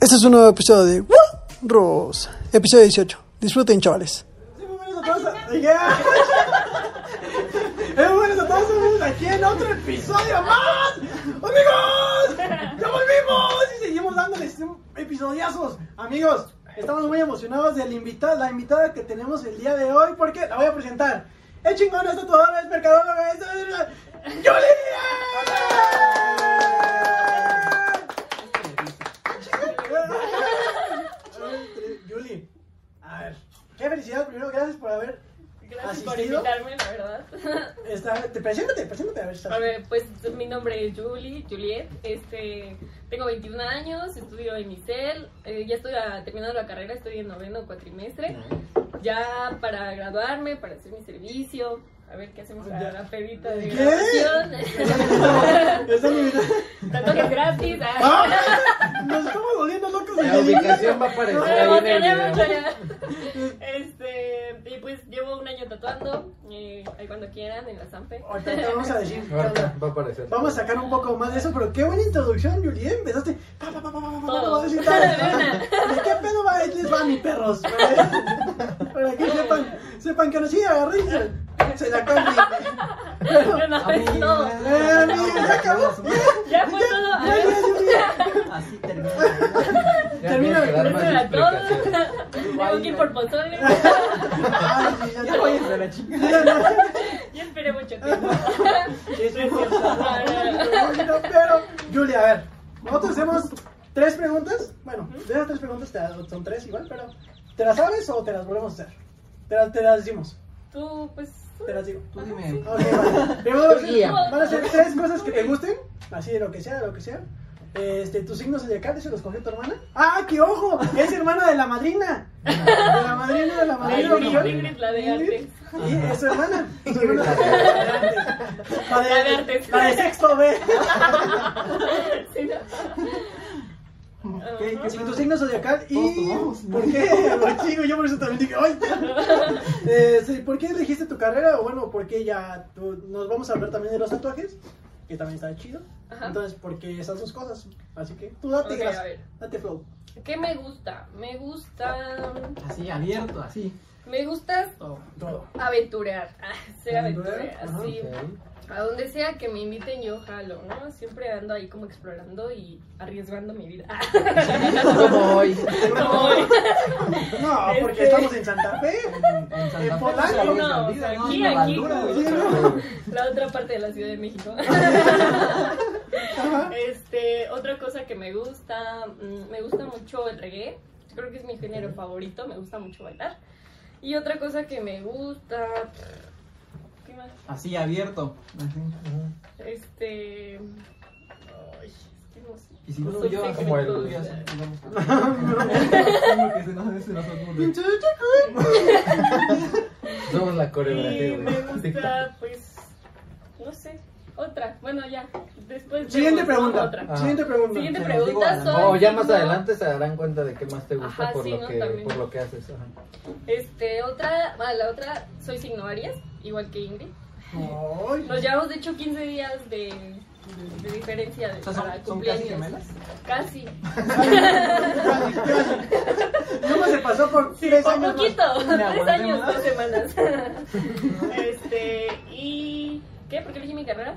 Este es un nuevo episodio de Rosa, episodio 18. Disfruten, chavales. ah, Bienvenidos a todos amigos aquí en otro episodio más. Amigos, ya volvimos y seguimos dándoles un- episodiazos. Amigos, estamos muy emocionados de la invitada, la invitada que tenemos el día de hoy porque la voy a presentar. El chingón es tatuadora, es mercadóloga, es... ¡Julie! Julie, a ver, qué felicidad primero, gracias por haber Gracias por ¿Asistido? invitarme, la verdad. Esta- te, preséntate, preséntate a ver. A ver, pues mi nombre es Julie, Juliet, este, tengo 21 años, estudio en ICEL, eh, ya estoy ah, terminando la carrera, estoy en noveno cuatrimestre, ya para graduarme, para hacer mi servicio, a ver qué hacemos a Ya. la pedita de ¿Qué? graduación. Esta es mi vida. Tatuajes gratis. ah. ¡Ah! Nos estamos volviendo locos. La ubicación va a No, aparecer me ahí en el emocioné mucho video. ya. Este, y pues llevo un año tatuando, eh, ahí cuando quieran, en la Zampe. Ahorita te vamos a decir. Ahorita va a aparecer. Vamos a sacar un poco más de eso, pero qué buena introducción, Julián. Empezaste. Pa, pa, pa, pa, pa, pa, pa, Todo. pa, así, De tal. una. ¿De qué pedo va? Ahí les va, mis perros. Para, para que sepan, sepan que nos sí, agarré y se, se la cambié. De una vez, no. Eh, amigo, ya acabó. Ya fue todo. Ya, ya, Adiós. ya, ya. Así termina. Ya Termina tienes que Eso dar más era explicaciones. todo. Tengo que ir por pozole. Ay, sí, ya, Ya voy a la chica. Ya, ya. Yo esperé mucho tiempo. Ah, Es un Claro. bonito, pero, Julia, a ver, nosotros hacemos tres preguntas. Bueno, de esas tres preguntas te las- son tres igual, pero ¿te las sabes o te las volvemos a hacer? Te las, te las decimos, Tú, pues. te las digo. Tú dime. Ok, vale. Primero van a ser- Guía. van a ser tres cosas que te gusten, así de lo que sea, de lo que sea. Este, tus signos zodiacales se los cogió tu hermana. ¡Ah, qué ojo! Es hermana de la madrina. De la madrina, de la madrina. Ingrid, Ingrid, la de artes. Y es su hermana. Su hermana la de La de artes. artes. La de sexto B. Sí, no. ¿Qué, qué, Ajá. tu signo zodiacal Todos y tomamos. ¿por qué? Lo chico, yo por eso también dije, ¡ay! Eh, sí, ¿Por qué elegiste tu carrera? O bueno, ¿por qué ya tú- nos vamos a hablar también de los tatuajes? Que también está chido. Ajá. Entonces, porque esas dos cosas. Así que tú date, Ok, gas, a ver. date flow. ¿Qué me gusta? Me gusta. Así, abierto, así. Me gusta Todo. Todo. aventurar. Ah, Ser Aventurar, aventurera, ajá, sí. Ok. A donde sea que me inviten yo jalo, ¿no? Siempre ando ahí como explorando y arriesgando mi vida. Como hoy. Como hoy. No, porque Este- estamos en Santa Fe. En En Santa Fe, Polanco, pues, la luz no, encendida, ¿no? aquí, En la aquí. basura, Sí, güey. ¿no? La otra parte de la Ciudad de México. Ajá. Este, otra cosa que me gusta, mm, me gusta mucho el reggae. Creo que es mi género favorito, me gusta mucho bailar. Y otra cosa que me gusta, ¿qué más? Así, abierto. Así. Este, ay, es que no sé. Y si no, Justo yo sé así. que como me el- tú ya gusta. así, digamos. Como que se nos- se nos ocurre. Somos la Y coreografía. me güey. gusta, pues, no sé, otra. Bueno, ya, después. Siguiente vemos, ¿no? pregunta. Otra. Ah. Siguiente pregunta. Siguiente se los digo pregunta, a la- soy O Oh, ya más signo- adelante se darán cuenta de qué más te gusta Ajá, por, sí, lo ¿no? que, También. por lo que haces. ajá. Este, otra, bueno, la otra, soy signo Aries, igual que Ingrid. Ay. Nos llevamos, de hecho, 15 días de, de- de diferencia de, O sea, para son, son cumpleaños. casi gemelas. Casi. ¿Cómo se pasó por tres Un años? más? poquito, Me tres aguanté años, más. dos semanas. este, y. ¿Qué? ¿Por qué elegí mi carrera?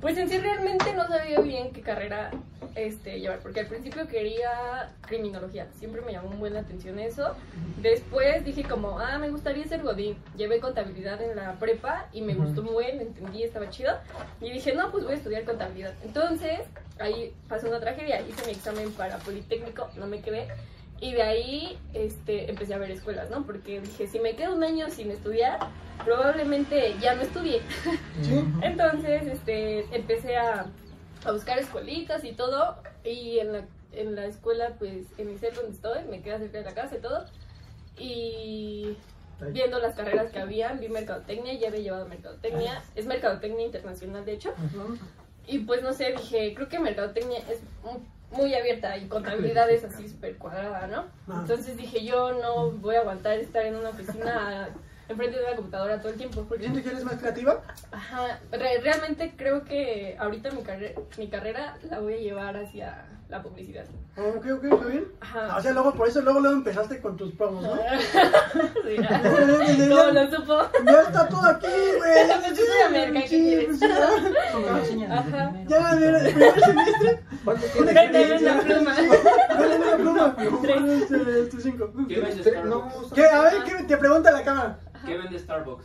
Pues en sí realmente no sabía bien qué carrera este, llevar, porque al principio quería criminología, siempre me llamó muy la atención eso. Después dije como, ah, me gustaría ser Godín. Llevé contabilidad en la prepa y me gustó muy bien, entendí, estaba chido. Y dije, no, pues voy a estudiar contabilidad. Entonces, ahí pasó una tragedia, hice mi examen para Politécnico, no me quedé. Y de ahí este, empecé a ver escuelas, ¿no? Porque dije, si me quedo un año sin estudiar, probablemente ya no estudie. Entonces, este, empecé a, a buscar escuelitas y todo. Y en la, en la escuela, pues, en el centro donde estoy, me queda cerca de la casa y todo. Y viendo las carreras que había, vi mercadotecnia, ya había llevado mercadotecnia. Es mercadotecnia internacional, de hecho. Y pues no sé, dije, creo que mercadotecnia es mu- muy abierta y contabilidad es así súper cuadrada, ¿no? Ah. Entonces dije, yo no voy a aguantar estar en una oficina enfrente de una computadora todo el tiempo. Porque Porque, siento que eres más creativa. ajá, re- realmente creo que ahorita mi, carre- mi carrera la voy a llevar hacia la publicidad. Ok, ok, está bien. Ajá. Ah, O sea, luego por eso luego luego empezaste con tus promos, ¿no? Sí, ya. ¿Cómo lo supo? Ya está todo aquí, güey. Yo soy América, ¿qué quieres? Ajá. Ajá. Ya, mira, el primer semestre. ¿Cuánto tiene? Vete, ven la pluma. Dale una pluma. Este, Tus cinco. ¿Qué pues, vende eh, Tres- No, Starbucks? ¿Qué? A ver, ¿qué te pregunta la cámara? ¿Qué vende Starbucks?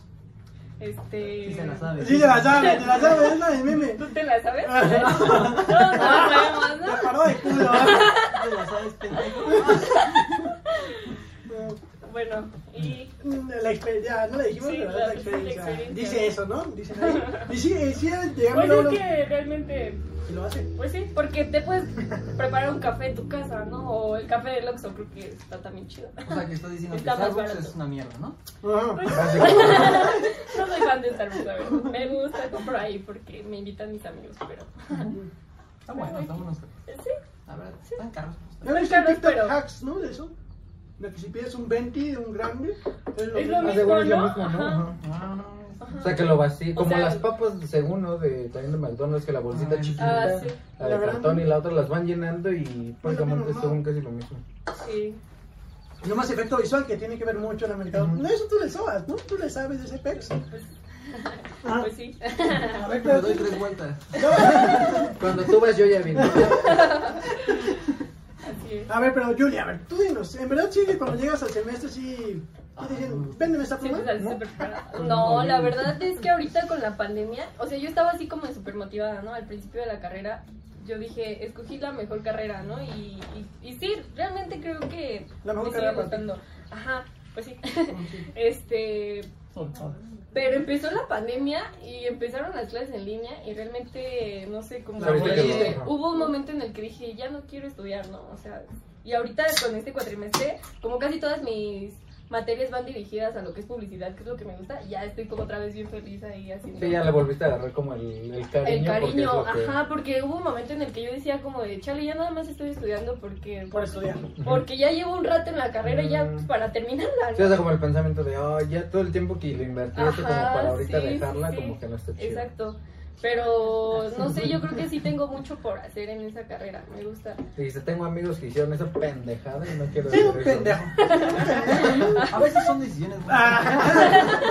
Este. Sí se la sabe. Sí, te la sabe, te la sabe, es la de meme. ¿Tú te la sabes? Todos nos la sabemos, La ¿no? paró de culo. Te la sabes, pendejo. Bueno, y. La experiencia, no le dijimos, Sí, pero es la- la es la experiencia. experiencia. Dice eso, ¿no? Dice ahí. Y sí, eh, sí, digamos, Pues no, es no. que realmente. Y lo hace. Pues sí, porque te puedes preparar un café en tu casa, ¿no? O el café del Oxxo, creo que está también chido. O sea, que estás diciendo Está que más Starbucks barato. es una mierda, ¿no? Ajá. No soy fan de Starbucks, la verdad. Me gusta comprar ahí porque me invitan mis amigos, pero. Está bueno, está bueno. Sí, La verdad, están caros. pero están- Ya ves que Claro, TikTok pero- hacks, ¿no? De eso. De que si pides un 20, un grande. Es lo es lo mismo. Ah, seguro mismo, es lo ¿no? mismo, Ajá. ¿no? Ajá. No, no, no. O sea, que lo vacíe. O Como sea- las papas, según, ¿no? De, también de McDonald's, que la bolsita Ah, chiquita, sí. la La de grande. cartón y la otra las van llenando y prácticamente normal. son casi lo mismo. Sí. No más efecto visual que tiene que ver mucho en el mercado. Ujú. No, eso tú le sabes, ¿no? Tú le sabes de ese pex. Ah, Pues sí. a ver, Le pero doy tres vueltas. Cuando tú vas, yo ya vine. Así es. A ver, pero Julia, a ver, tú dinos. En verdad, sí, que cuando llegas al semestre, sí. Te dicen, véndeme esta pluma. Siempre saliste preparada. No, la verdad es que ahorita con la pandemia, o sea, yo estaba así como súper motivada, ¿no? Al principio de la carrera, yo dije, escogí la mejor carrera, ¿no? Y, y, y sí, realmente creo que La mejor me carrera para ti. sigue Oh, gustando. Ajá, pues sí. este, pero empezó la pandemia y empezaron las clases en línea y realmente, no sé, cómo La aburriste, ajá. hubo un momento en el que dije, ya no quiero estudiar, ¿no? O sea, y ahorita con este cuatrimestre, como casi todas mis materias van dirigidas a lo que es publicidad, que es lo que me gusta, ya estoy como otra vez bien feliz ahí haciendo... Sí, ya le volviste a agarrar como el, el cariño. el porque es cariño, lo que- ajá, porque hubo un momento en el que yo decía como de, chale, ya nada más estoy estudiando porque... pues, Por estudiar. Porque ya llevo un rato en la carrera y ya pues, para terminarla, ¿no? Mm. Sí, o sea, como el pensamiento de, oh, ya todo el tiempo que lo invertiste como Ajá, para ahorita sí, sí, dejarla, sí. como que no está chido. Exacto. Pero no sé, yo creo que sí tengo mucho por hacer en esa carrera. Me gusta. Dijiste, tengo amigos que hicieron esa pendejada y no quiero Sí, hacer un eso". pendejo. A veces son decisiones buenas. Ah.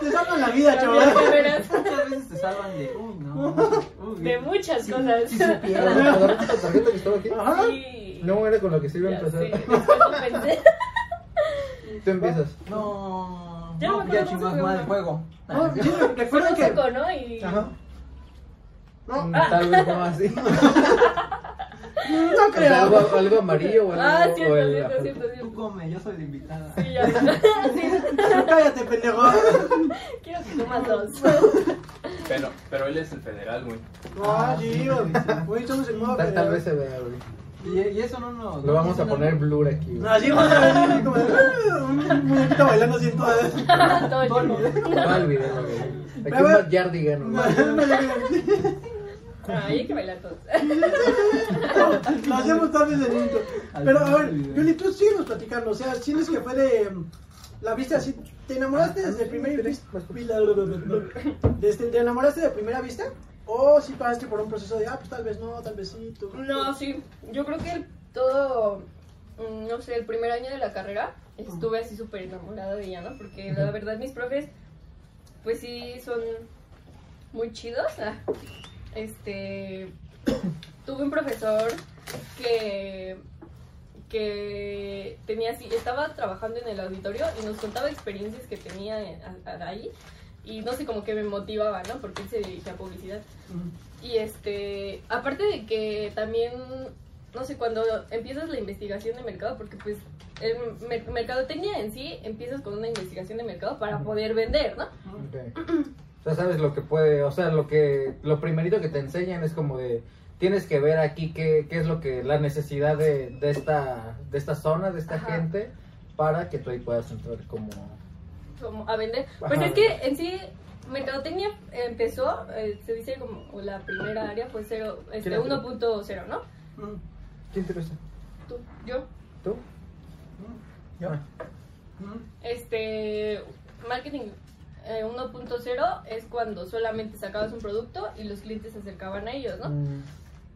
Te salvan la vida, Cambiar chaval. carreras Muchas veces te salvan de, uy, no. uy, de muchas sí, cosas. sí supiera. Pero la tarjeta la tarjeta que estaba aquí, Ajá. Sí. no era con lo que se iba a Ya sé, empezar. después lo pensé. Tú empiezas. No. Ya No, me ya acuerdo cómo chingas se mal el llama. juego. No, sí, Fue recuerda un que. poco, ¿no? Y Ajá. No, Mm, no Tal vez no así. O sea, algo, creo. algo amarillo o algo. Ah, o cierto, el- cierto, cierto, Tú cierto. come, yo soy la invitada. Sí, ya. Sí, Cállate, pendejo. quiero que comas dos. Pero, pero él es el federal, güey. Ah, sí, hoy estamos en modo. Tal, tal vez pendejo. se vea, güey. Y, y eso no nos. Lo vamos a poner blur aquí. güey. Así vamos a ver, así como de- un muñequito bailando así en todas. Todo el tiempo. Va el video, güey. Aquí Pero, un a ver. Matt Yardigan, güey. Ay, hay que bailar todos. Lo hacemos tarde de minuto. Pero a ver, Yuli, tú síguenos platicando. O sea, sientes que fue de. mm, La viste así. ¿Te enamoraste desde el primer vista? Desde, ¿Te enamoraste de primera vista? ¿O si pasaste por un proceso de, ah, pues tal vez no, tal vez sí? tú- No, sí, yo creo que el- todo, mm, no sé, el primer año de la carrera estuve así súper enamorada de ella, ¿no? Porque la verdad mis profes, pues sí, son muy chidos. ah. Este, tuve un profesor que que tenía así, estaba trabajando en el auditorio y nos contaba experiencias que tenía en- a- a- ahí y no sé, como que me motivaba, ¿no? Porque él se dirigía a publicidad. Y este, aparte de que también, no sé, cuando empiezas la investigación de mercado, porque pues el mer- mercadotecnia en sí empiezas con una investigación de mercado para poder vender, ¿no? Ok. O sea, sabes lo que puede, o sea, lo que, lo primerito que te enseñan es como de, tienes que ver aquí qué, qué es lo que, la necesidad de, de esta, de esta zona, de esta Ajá. gente, para que tú ahí puedas entrar como... Como a vender. Pues Ajá. es que en sí, mercadotecnia empezó, eh, se dice como o la primera área fue cero, este, Claro. 1.0, ¿no? Mm. ¿Quién te besa? Tú, yo. ¿Tú? Yo. Ah. Mm. Este, marketing eh, 1.0 es cuando solamente sacabas un producto y los clientes se acercaban a ellos, ¿no? Mm.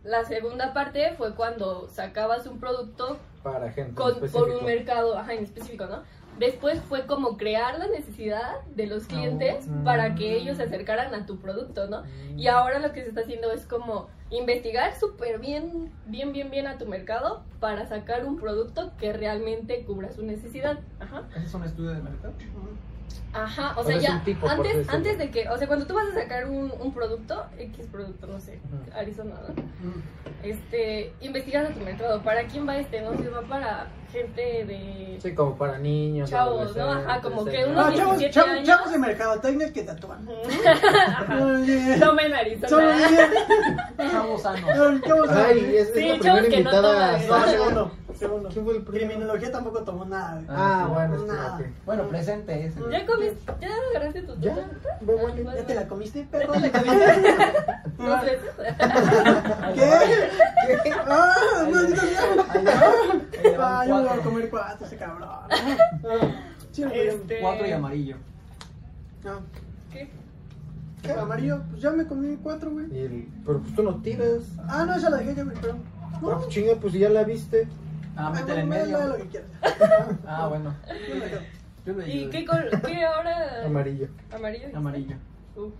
La segunda parte fue cuando sacabas un producto Para gente. en con, por específico. un mercado ajá, en específico, ¿no? Después fue como crear la necesidad de los clientes Mm. para que ellos se acercaran a tu producto, ¿no? Y ahora lo que se está haciendo es como investigar súper bien, bien, bien, bien a tu mercado para sacar un producto que realmente cubra su necesidad. Ajá. ¿Ese es un estudio de mercado? Ajá, o O sea, sea, es ya un tipo, por así antes, decirlo. antes de que, o sea, cuando tú vas a sacar un, un producto, X producto, no sé, Ujú. Arizona, ¿no? Mm. Este, investigas a tu mercado, ¿para quién va este? No sé, va para gente de... Sí, como para niños. Chavos, ¿no? Ajá, adolescentes, como que señores. unos No, Ah, chavos, 17 chavos, años. chavos de mercadotecnia que tatúan. Oye, Tomen Chavos, Arizona. oye, Chavos sanos. chavos, Ay, oye. es, es Sí, la chavos primera que no invitada. toman. Eh, No, sorda. segundo, segundo. Ah, ¿Quién fue el primero? Criminología tampoco tomó nada. güey. Ah, bueno, Nada. espérate. Bueno, presente ese. ¿Ya comiste? ¿Ya agarraste tu Ya, torta? voy, voy, Ah, voy. bueno. ¿Ya te la comiste, perro? ¿La comiste? Dos veces. ¿Qué? Ah, no, no, no. Ahí le Ah, van yo me voy a cuatro. comer cuatro, ese cabrón. Ah, Sí, Este- Cuatro y amarillo. no. ¿Qué? ¿Qué? Amarillo, pues ya me comí cuatro, güey. Y el- Pero pues tú no tiras. Ah, no, esa la dejé yo, güey, perdón. Ah, No, pues chinga, pues ya la viste. Ah, me métele en lo medio. que quieras. Ah, bueno. Yo me la quedo. Yo le ¿Y ayudo. qué, col- qué ahora? Amarillo. Amarillo. dijiste? Amarillo. Uf.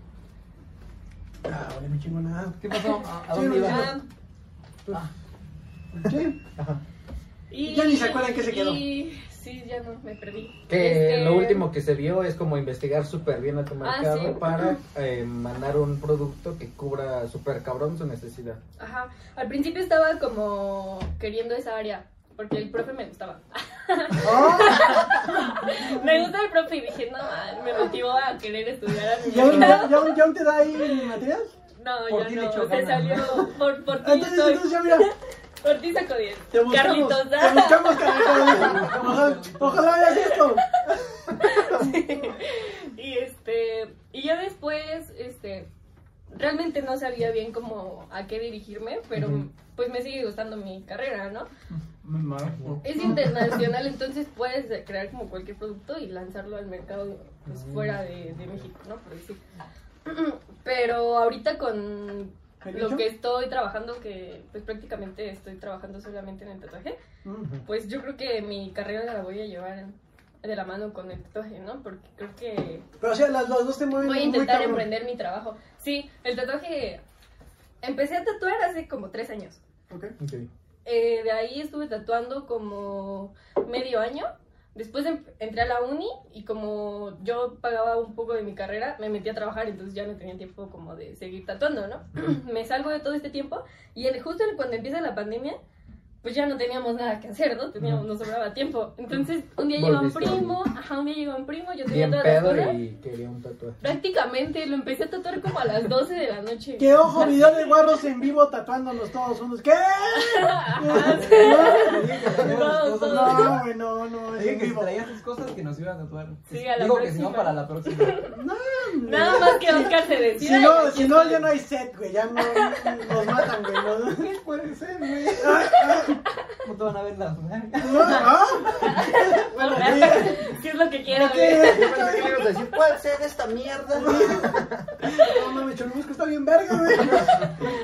Ah, vale, me chingo nada. ¿Qué pasó? ¿A, a Sí, dónde iba? ya. Ah, Ah, Sí. Ajá. Y, Ya ni se acuerdan qué se quedó. y- sí, ya no, me perdí. Que Este, Ah, lo último que se vio es como investigar súper bien a tu mercado sí. para eh, mandar un producto que cubra súper cabrón su necesidad. Ajá, al principio estaba como queriendo esa área, porque el profe me gustaba. Oh. me gusta el profe y dije, no, man, me motivó a querer estudiar a mi ¿Ya aún- ya- mercado. ya aún- ya aún te da ahí material? Ah, No, Por ya ti le no, echó se ganas, salió, por, por ti Entonces, estoy, entonces ya mira, por ti saco 10. te buscamos. Carlitos, Te buscamos, Carlitos. Ojalá, ojalá veas esto. y este y ya después este realmente no sabía bien cómo a qué dirigirme pero Ujú. pues me sigue gustando mi carrera no muy mal. es internacional entonces puedes crear como cualquier producto y lanzarlo al mercado pues Mm. fuera de, de México no por decir pero ahorita con lo que estoy trabajando que pues prácticamente estoy trabajando solamente en el tatuaje pues yo creo que mi carrera la voy a llevar de la mano con el tatuaje, ¿no? Porque creo que Pero o sea, las, las dos te mueven voy a muy intentar cabrón. emprender mi trabajo. Sí, el tatuaje. Empecé a tatuar hace como tres años. Ok. Eh, de ahí estuve tatuando como medio año. Después em- entré a la uni y como yo pagaba un poco de mi carrera, me metí a trabajar, entonces ya no tenía tiempo como de seguir tatuando, ¿no? me salgo de todo este tiempo y el, justo cuando empieza la pandemia, pues ya no teníamos nada que hacer, ¿no? Teníamos, nos sobraba tiempo. Entonces un día llegó un Volviste a- primo, ajá, un día llegó un primo, yo tenía Bien toda la escuela. pedo y quería un tatuaje. Prácticamente lo empecé a tatuar como a las 12 de la noche. Que ojo, video de guarros en vivo tatuándonos todos juntos. ¿Qué? No, Todos, todos. No, güey, no, no, es Dije en que vivo. traías tus cosas que nos iban a tatuar. Sí, a la Digo que si próxima. no, para la próxima. Nada más que Oscar se decida. Si no, y- si no, ya no hay set, güey. Ya no nos matan, güey. Ah, Nos... ¿Qué puede ser, güey? No te van a ver las nalgas. No, ¿Ah? Bueno, ¿Qué es lo que quiero? güey. ¿Qué? ¿Qué le ibas a decir? ¿Puede ser esta mierda? No mames, Cholumusco está bien verga, güey.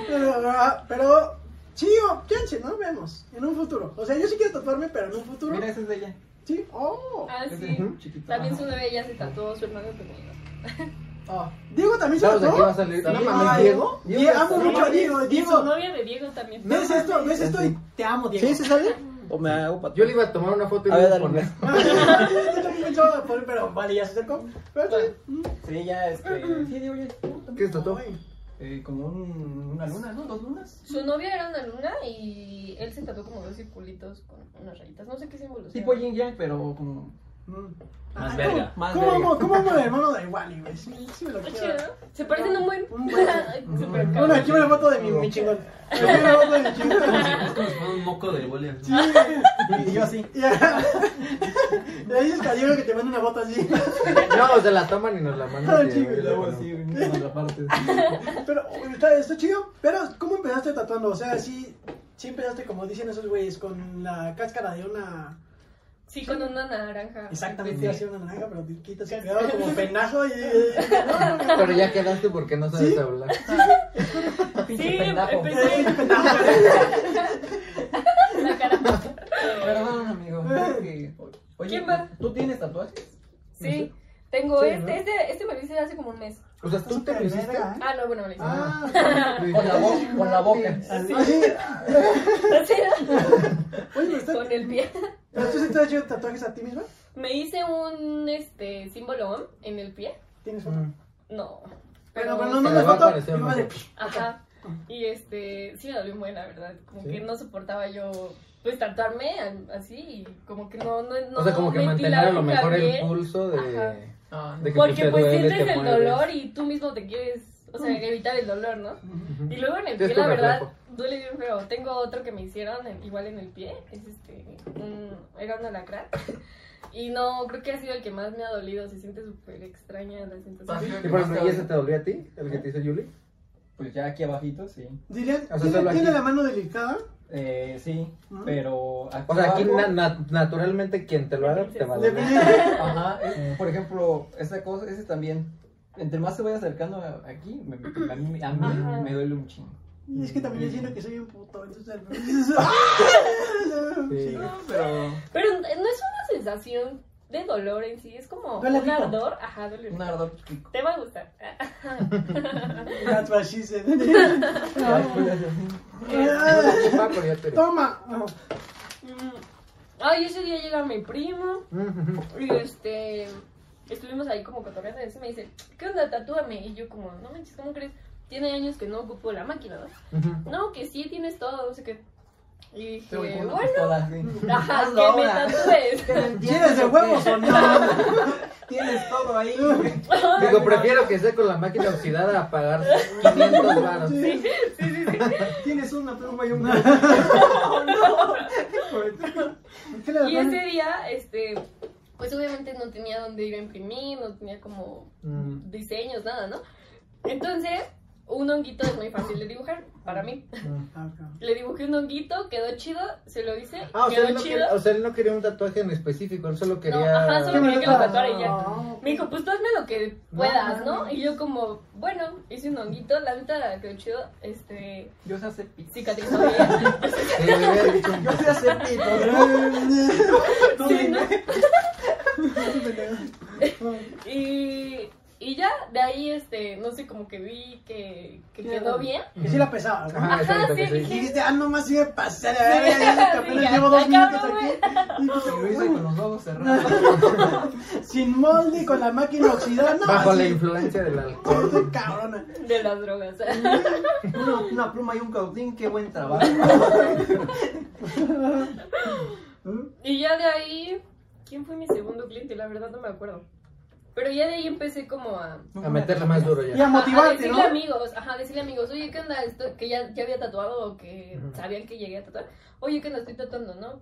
Pero, ah, Pero, sí, o chance, ¿no? Vemos. En un futuro. O sea, yo sí quiero tatuarme, pero en un futuro. Mira, esa es de ella. Sí. Oh. Ah, Es sí. de chiquito. También Ajá. su novia ya se tatuó su hermano pequeño. Oh. Diego también se ¿Sabes de tatuó? qué va a salir? No mames, Ay, Diego. Die- Diego amo está- mucho a Diego, Y su Diego. novia de Diego también. ¿Ves esto? ¿Ves esto? Y te amo, Diego. ¿Sí se sabe? ¿O me hago patrón? Yo le iba a tomar una foto y A le ver, iba a dale, poner. Yo también pensaba poner, pero vale, ya se acercó. Pero sí. Sí, ya, este. Sí, digo, ya. ¿Qué es tatuaje? Eh, como un, una luna, ¿no? Dos lunas. Su novia era una luna y él se tatuó como dos circulitos con unas rayitas. No sé qué símbolo. Tipo sea. Yin Yang, pero como. Mm. Más Ah, verga. ¿cómo- Más ¿Cómo verga. amo, cómo amo al hermano de Wally, güey? Sí, sí me lo Está quiero. chido, ¿no? Se parecen un buen. Un buen. Super Bueno, aquí una foto de mi, mi chingón. Aquí una foto de mi chingón. Es como si fuera un moco de boli. Sí, así. güey. Y yo así. Y ahí dices que al Diego que te manda una bota así. No, se la toman y nos la mandan. Ah, y- sí, y güey, Y la luego ponemos. así, güey, en otra parte. así. Pero oh, está, está chido. Pero, ¿cómo empezaste tatuando? O sea, sí, sí empezaste, como dicen esos güeyes, con la cáscara de una. Sí, con una naranja. Exactamente, Sí. así una naranja, pero te quitas el cuidado como penazo y. no, no, no. Pero ya quedaste porque no sabes ¿Sí? hablar. Sí, pendejo. empecé. La cara. Perdón, amigo. porque- Oye, ¿Quién va? ¿Tú tienes tatuajes? Sí, tengo Sí, este, ¿no? este, este me lo hice hace como un mes. O sea, tú te lo hiciste. Verga, ¿eh? Ah, no, bueno, me lo hice. Ah, Con la, bo- con la boca. así. Sí, Oye, pero está- Con el pie. ¿Pero tú sí te has hecho tatuajes a ti misma? Me hice un este símbolo en el pie. ¿Tienes foto? Mm. No. Bueno, pero no Te me la va a foto. aparecer, y ¿no? me de- Ajá. Y este, sí me dolió muy, la verdad. Como ¿Sí? que no soportaba yo, pues, tatuarme a- así. Y como que no, no, no. O sea, como que metí mantener la a lo aguja mejor el bien. pulso Ajá. de. Ah, de que Porque te pues duele, sientes te el mueres. dolor y tú mismo te quieres, o sea, evitar el dolor, ¿no? Ujú. Y luego en el Sí, es pie, tu la verdad, reflejo. duele bien feo. Tengo otro que me hicieron en- igual en el pie. Es este, un- era un alacrán. Y no, creo que ha sido el que más me ha dolido. Se siente súper extraña la sensación. Y por ejemplo, ¿y ese te dolió a ti? ¿El que te hizo Yuli? Pues ya aquí abajito, sí. Dirían, sea, ¿tiene, solo tiene aquí. la mano delicada? Eh, sí, Ujú. pero aquí O sea, aquí abajo- na- na- naturalmente quien te lo haga te va a doler. Dependiendo. Ajá, es- por ejemplo, esa cosa, ese también. Entre más se vaya acercando a- aquí, me- me- a mí, a mí Ajá. me duele un chingo. Y es que también diciendo que soy un puto. Entonces, ¡Ah! Sí. No, pero Pero no es una sensación de dolor en sí, es como Duele un rico. ardor. Ajá, duele rico. un ardor chico. Te va a gustar. That's what she said. No lo ocupa, pero ya te lo- Toma. Mm. Ay, ese día llega mi primo. Ujú. Y este, estuvimos ahí como cotorreando y así me dice, ¿qué onda, tatúame? Y yo como, no manches, ¿cómo crees? Tiene años que no ocupo la máquina, ¿no? Ujú. No, que sí, tienes todo, no sé qué. Y dije, Te voy con Eh, bueno, una Todas, sí. ajá, Hazlo que me ahora". tatúes. ¿Quieres de huevos o no? Tienes todo ahí. Digo, prefiero que esté con la máquina oxidada a pagar 500 baros. Sí. Tienes una pluma y un. ¿Por qué le das Y mano? ese día, este, pues obviamente no tenía dónde ir a imprimir, no tenía como Mm, diseños, nada, ¿no? Entonces, un honguito es muy fácil de dibujar, para mí. mm. Ah, ok. Le dibujé un honguito, quedó chido, se lo hice, Ah, o sea, quedó él no chido. quería, o sea, él no quería un tatuaje en específico, él solo quería... No, ajá, ¿Qué solo me Ah, quería que lo dejas? tatuara y ya. No. Me dijo, pues tú hazme lo que No, puedas, no, ¿no? Y yo como, bueno, hice un honguito, la neta quedó chido, este, Yo sé hacer pizza. cicatrizó bien. Sí, le hubiera dicho un- Yo sé hacer pito. Tú Sí, dime. ¿no? Tú dime. Y, y ya, de ahí, este, no sé, como que vi que, que Sí, quedó bueno. bien. Que sí la pesabas, ¿no? Ajá, exacto, Ajá, sí, que sí. dije- Dijiste, ah, no más sí me pasé de verga, ya sé que apenas Sí, llevo dos ay, minutos cabrón, aquí. Y Se dije, lo hice "Uy, con los ojos cerrados. Sin molde, con la máquina oxidada, no. Bajo la sí, influencia del alcohol. estoy cabrona. De las drogas. Una, una pluma y un cautín, qué buen trabajo. Y ya de ahí, ¿quién fue mi segundo cliente? La verdad no me acuerdo. Pero ya de ahí empecé como a... A meterle más duro Y a ya. Ajá, motivarte, decirle ¿no? amigos, ajá, decirle amigos, oye, ¿qué onda? Esto, que ya, ya había tatuado o que sabían que llegué a tatuar. Oye, ¿qué onda? Estoy tatuando, ¿no?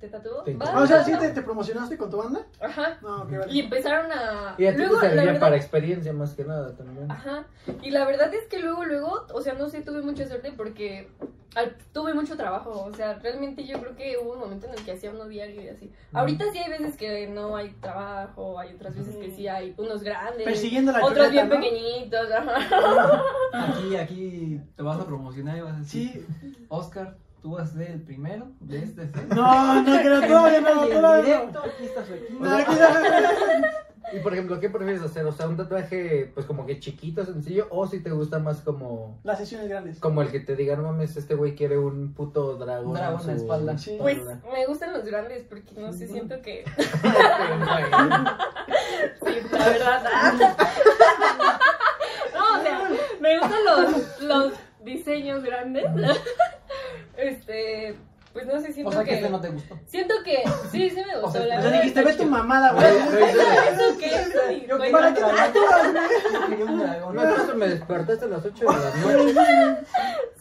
¿Te tatuó? Te- Ah, O sea, ¿sí te, te promocionaste con tu banda? Ajá. No, qué Y vale. empezaron a... Y a ti te luego, la servía verdad- para experiencia más que nada también. Ajá. Y la verdad es que luego, luego, o sea, no sé, tuve mucha suerte porque al- tuve mucho trabajo. O sea, realmente yo creo que hubo un momento en el que hacía uno diario y así. Ahorita sí hay veces que no hay trabajo, hay otras veces que sí hay unos grandes. Persiguiendo la Otros bien chuleta, ¿no? pequeñitos, ajá. Aquí, aquí te vas a promocionar y vas a decir, Sí. Oscar, tú vas a ser el primero de este set. No, no, creo todavía no, Y en todavía no. directo, aquí está su equipo. No, aquí ya- Y por ejemplo, ¿qué prefieres hacer? O sea, un tatuaje pues como que chiquito, sencillo, o si te gusta más como Las sesiones grandes. como el que te diga, no mames, este güey quiere un puto dragón. Un dragón en la espalda. Sí. Pues me gustan los grandes porque no sé, siento que. Sí, la verdad. ah. No, o sea, me gustan los, los diseños grandes. Este, pues no sé, siento O sea que que. este no te gustó. Siento que. Sí, sí me gustó. O sea, la Ya verdad dijiste, está ve tu chido. mamada, Lo- lo güey. hice de- ¿Eso qué es? Sí, Yo güey, para ¿Para que qué Ah, tatúas, güey? Y un dragón. No, entonces me despertaste a las 8 de la noche.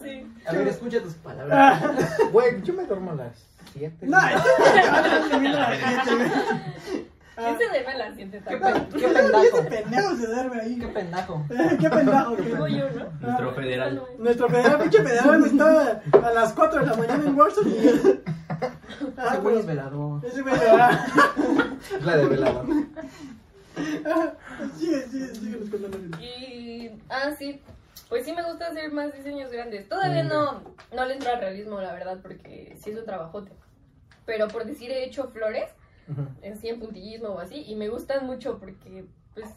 sí. A ver, escucha tus palabras. Ah, Güey, yo me duermo a las 7. No, este me la gente, güey. Ah, Ese de me la siente Qué, tan pe- qué Ese pendajo. pendejo se duerme Qué ahí. Eh, pendajo. Qué pendejo, güey. Como yo, ¿no? Nuestro federal. Nuestro federal, pinche federal, me estaba a las 4 de la mañana en Warsaw y Ese güey es velador. Ese güey ah, era- La de velador. Sigue, sigue, sigue nos contando. Y. Ah, sí. Pues sí me gusta hacer más diseños grandes. Todavía no, no le entro al realismo, la verdad, porque sí es un trabajote. Pero por decir, he hecho flores, en sí, en puntillismo o así, y me gustan mucho porque, pues,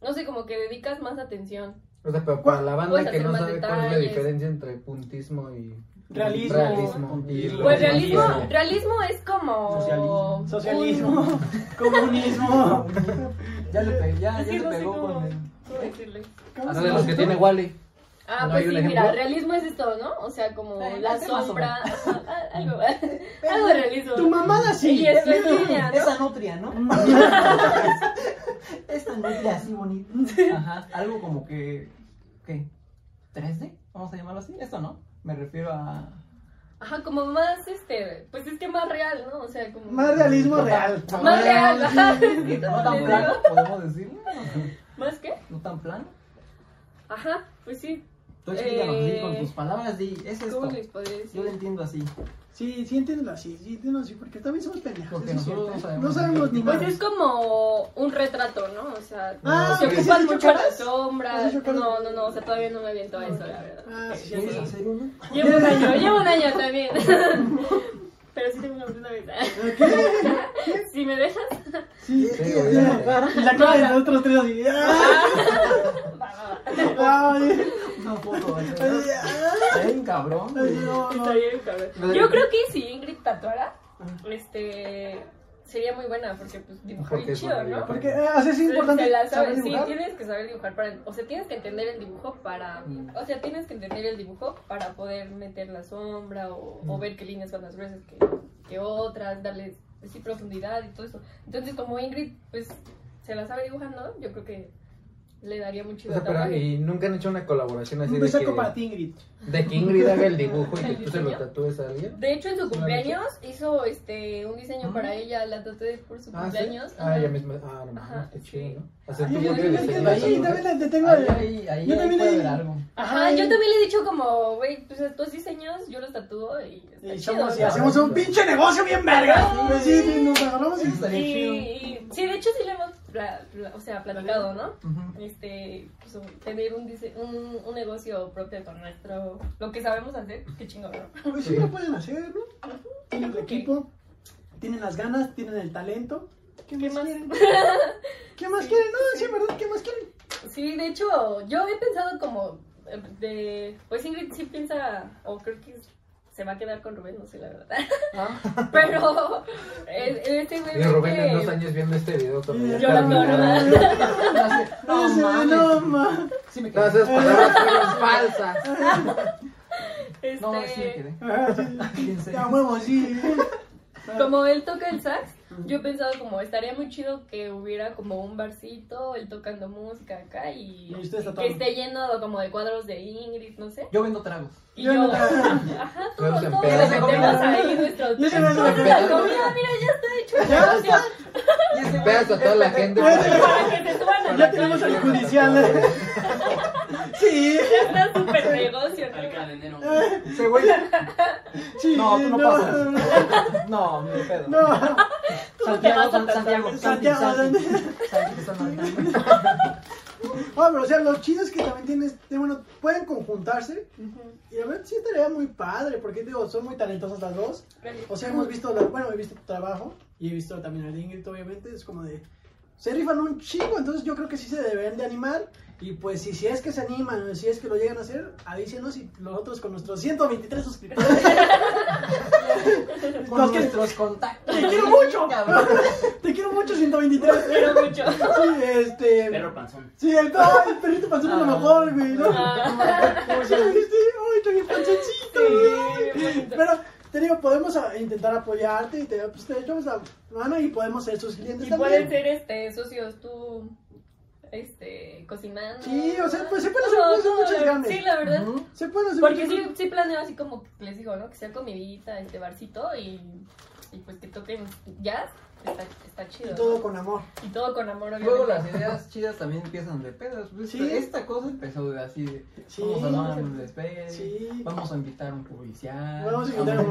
no sé, como que dedicas más atención. O sea, pero para la banda Puedes que hacer no más sabe cuál es la detalles. diferencia entre puntismo y Realismo. realismo y Pues lo- realismo, Sí. realismo es como. Socialismo. Socialismo, comunismo. Ya le pegué, un- ya, es ya que le no sé pegó cómo- con el. cómo decirle. Ah, no, de los que tiene Wally. Ah, ¿No pues hay un sí, ejemplo? mira, realismo es esto, ¿no? O sea, como Eh, la ese más o sombra, ajá, ah, algo, algo de realismo. Tu mamada sí. Y es línea, ¿no? Esa nutria, ¿no? Esta nutria así bonita. Ajá, algo como que. ¿Qué? ¿3D? Vamos a llamarlo así. Esto no. Me refiero a. Ajá, como más, este, pues es que más real, ¿no? O sea, como... Más realismo real. Más real, ajá. es que No todo tan le plano, digo. podemos decirlo. ¿Más qué? No tan plano. Ajá, pues sí. Tú explícanos así con Eh, tus palabras, di, es esto. ¿Cómo les podría Yo lo decir? entiendo así. Sí, sí, entiéndelo así, sí, entiéndelo así, porque también somos pendejos. Porque eso es nosotros cierto. ¿eh? no sabemos. No sabemos ni Pues más. es como un retrato, ¿no? O sea, Ah, se ¿que sí ocupa has hecho mucho la caras? ¿Has sombra. hecho caras? No, no, no, o sea, todavía no me aviento a eso, la verdad. Ah, sí, ¿Quieres sí. hacer uno? Llevo un año, llevo un año también. Pero sí tengo una bruta venta. Si me dejas... Sí, Sí, sí, güey, sí. ya, ya. Y la cara de los otros tres así. ¡ah! Ay, Una foto, ¿eh? ay, ay, Está bien cabrón. ay, güey. no, no. Está bien, cabrón. Yo creo que si Ingrid tatuara, este, sería muy buena porque pues dibujar Porque bien es chido, buena ¿no? Porque eh, así es importante Te la saber sabes, sí, dibujar. tienes que saber dibujar para, o sea, tienes que entender el dibujo para, Mm. o sea, tienes que entender el dibujo para poder meter la sombra o, Mm. o ver qué líneas son más gruesas que, que otras, darle sí, profundidad y todo eso. Entonces, como Ingrid, pues, se la sabe dibujando, yo creo que le daría mucho O sea, pero tatuaje. y nunca han hecho una colaboración así Un de besaco para que, ti, Ingrid. de que Ingrid haga el dibujo y ¿El que tú se lo diseño? tatúes a alguien. De hecho, en su cumpleaños hizo este un diseño para ella, la tatué por su Ah, ¿sí? cumpleaños. Ah, ajá. ya mismo. Ah, no, Ajá, no, qué sí. chido, ¿no? O sea, Ay, tú yo porque también diseñas la- ahí algo, también la- te tengo Ahí, el- ahí, ahí, Yo ahí también puede ahí. haber algo. Ajá, Ay. yo también le he dicho como, güey, pues a tus diseños yo los tatúo y está Y chido, somos- y ¿no? hacemos un pinche negocio bien verga. Ay. Pues sí, sí, nos agarramos y. Estaría chido. Y- y- sí, de hecho sí le hemos pla- pla- o sea, platicado, ¿no? Ujú. Este, pues, un- tener un, dise- un, un negocio propio con nuestro, lo que sabemos hacer, qué chingón, ¿no? Pues sí, lo pueden hacer, ¿no? Tienen el equipo, tienen las ganas, tienen el talento. ¿Qué, más, más? quieren? ¿Qué más quieren? No, sí, ¿verdad? ¿Qué más quieren? Sí, de hecho, yo he pensado como eh, de, pues Ingrid sí piensa, o creo que se va a quedar con Rubén, no sé la verdad. Ah. Pero eh, este güey Y ve Rubén que- en dos años viendo este video cuando ya Yo está la adoro. terminado. No, Ese, mames. Eh, no, ma. Sí me quedé. Todas esas palabras fueron falsas. este, No, sí me quedé. Ah, sí. ¿En serio? Ya huevo, sí. Como él toca el sax, yo he pensado como estaría muy chido que hubiera como un barcito, él tocando música acá y, Y ustedes que tatuando. esté lleno como de cuadros de Ingrid, no sé. Yo vendo tragos. Y Yo yo, no- ajá, todos, Nos todos empedamos. nos metemos ahí nuestro Yo sí me todos meto. la comida, mira, ya está hecho el negocio Y ese güey- Pedas a toda la gente. para que se suban a Ya la tenemos calle. al judicial. ¿eh? Sí, Ya está súper negocio, ¿no? Al cadenero. Ese güey. sí. No, tú no pasas. no, No, mi pedo. no. Tú no te vas a Santiago, Santiago, tatuar. Santiago, Santi, Santi. Santi, Santi, Santi. Ah, pero o sea, lo chido es que también tienes, eh, bueno, pueden conjuntarse. Y la verdad sí estaría muy padre, porque digo, son muy talentosas las dos. O sea, hemos visto, la- bueno, he visto tu trabajo y he visto también el de Ingrid, obviamente, es como de... Se rifan un chingo, entonces yo creo que sí se deben de animar. Y pues si, si es que se animan, o si es que lo llegan a hacer, avísenos y nosotros con nuestros 123 suscriptores. Con Los que- nuestros contactos. Te quiero mucho. Cabrón. Te quiero mucho, 123. Pero mucho. Sí, este... Perro panzón. Sí, el, ay, el perrito panzón es lo Ah. mejor, güey, ¿no? Ah. Como si lo viste, ay, está bien panzoncito, Sí, güey. bien bonito. Pero, te digo, podemos ah, intentar apoyarte y te, pues, te echamos la mano y podemos ser sus clientes Y también. pueden ser este socios tú este cocinando. Sí, o sea, pues, se pueden puede hacer cosas muchas grandes. Sí, la verdad. Ujú. Se pueden hacer Porque muchas sí, sí planeo así como que les digo, ¿no? Que sea comidita, este barcito y y pues que toquen jazz, está, está chido. Y ¿no? todo con amor. Y todo con amor, obviamente. Luego las ideas chidas también empiezan de pedas. Pues Sí. esta, esta cosa empezó de así de Sí. vamos a hablar un despegue, Sí. vamos a invitar a un Ah, publiciano. Vamos a invitar a un-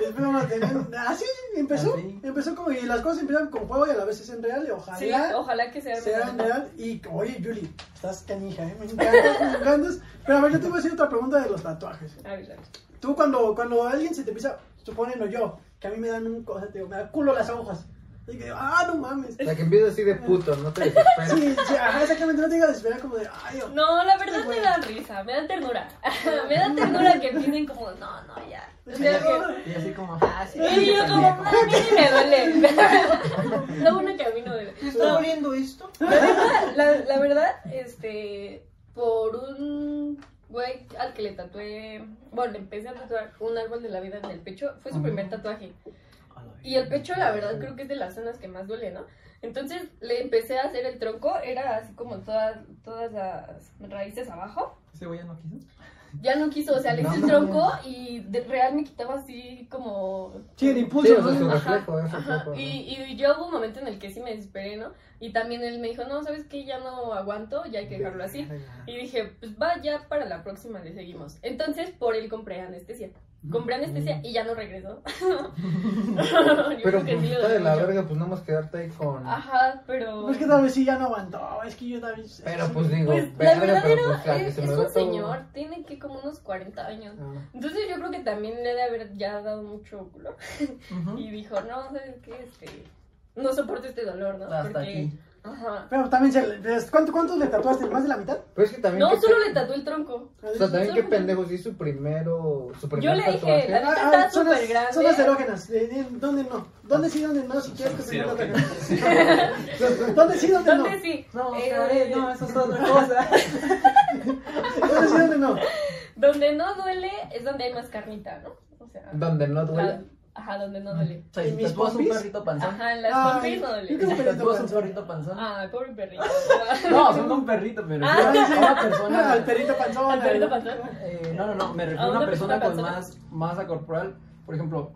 Después vamos a tener. Así empezó. Así. Empezó como. Y las cosas empiezan con juego y a la vez es en real. Y ojalá. Sí, ojalá que sea sea en verdad. real. Y oye, Yuli, estás canija, ¿eh? Me encantas, me encantas. Pero a ver, yo te voy a hacer otra pregunta de los tatuajes. A ver, a ver. Tú cuando, cuando alguien se te empieza, suponen o yo, que a mí me dan un cosa, te digo, me da culo las agujas. Y que digo, ah, no mames. La que empieza así de puto, no te desesperes. Sí, sí, ajá, exactamente, no te digas desesperar como de, ay, oh. No, la verdad me da risa, me da ternura. me da ternura que empiecen como, no, no, ya. O sea, que- Y así como, ah, sí. Y yo como, pendejo. mami, me duele. Lo bueno que a mí no me duele. ¿Te está doliendo esto? La verdad, la, la verdad, este, por un güey al que le tatué, bueno, le empecé a tatuar un árbol de la vida en el pecho, fue su primer tatuaje. Y el pecho, la verdad, creo que es de las zonas que más duele, ¿no? Entonces le empecé a hacer el tronco, era así como todas, todas las raíces abajo. ¿Ese güey ya no quiso? Ya no quiso, o sea, le hice el tronco y de real me quitaba así como Sí, el Sí, impulso, o sea, ¿no? su Ajá, reflejo, es ajá. reflejo. ¿no? Y, y yo hubo un momento en el que sí me desesperé, ¿no? Y también él me dijo, no, ¿sabes qué? Ya no aguanto, ya hay que dejarlo así. Y dije, pues va, ya para la próxima le seguimos. Entonces, por él compré anestesia. Compré anestesia y ya no regresó. Yo Pero creo que pues sí lo Ah. está de la desecho. verga, pues nada más quedarte ahí con. Ajá, pero... Es que tal vez sí ya no aguantó, es que yo también. Pero pues sí. digo, Pues, la verga, verdadera pero, pues, la que es, se me es ve un todo- señor, tiene que como unos 40 años. Ah. Entonces yo creo que también le he de haber ya dado mucho culo. Ujú. Y dijo, no, ¿sabes qué? Este, no soporto este dolor, ¿no? Hasta Porque- aquí. Ajá. Pero también, se, le- pues, ¿cuánto, ¿cuántos le tatuaste? ¿Más de la mitad? Pero es que también. No, qué solo pe- le tatué el tronco. O sea, también qué solo- pendejo, si es su primero. Su primer Yo le dije, tatuaje. la- Ah, neta está zonas, súper grande. zonas erógenas. de- de- ¿Dónde no? ¿Dónde sí, dónde no? Si quieres que Zonas se me toque. erógenas. ¿Dónde sí, dónde no? ¿Dónde sí? No, Eh, cabrón, no, eso es otra cosa. ¿Dónde sí, dónde no? Donde no duele es donde hay más carnita, ¿no? O sea, Donde no la- duele. ajá, donde no duele. O sea, si ¿Y mis tatuas un pompis? perrito panzón. Ajá, en las Ay, pompis no yo duele. creo- Si tatuas un perrito perrito panzón. Ah. Ay, pobre perrito. No, son un perrito, pero Ah. yo a una Ah, persona. al perrito panzón. Al perrito al- panzón. Eh, no, no, no, me ¿A refiero a Ah, una una persona con persona más masa corporal. Por ejemplo,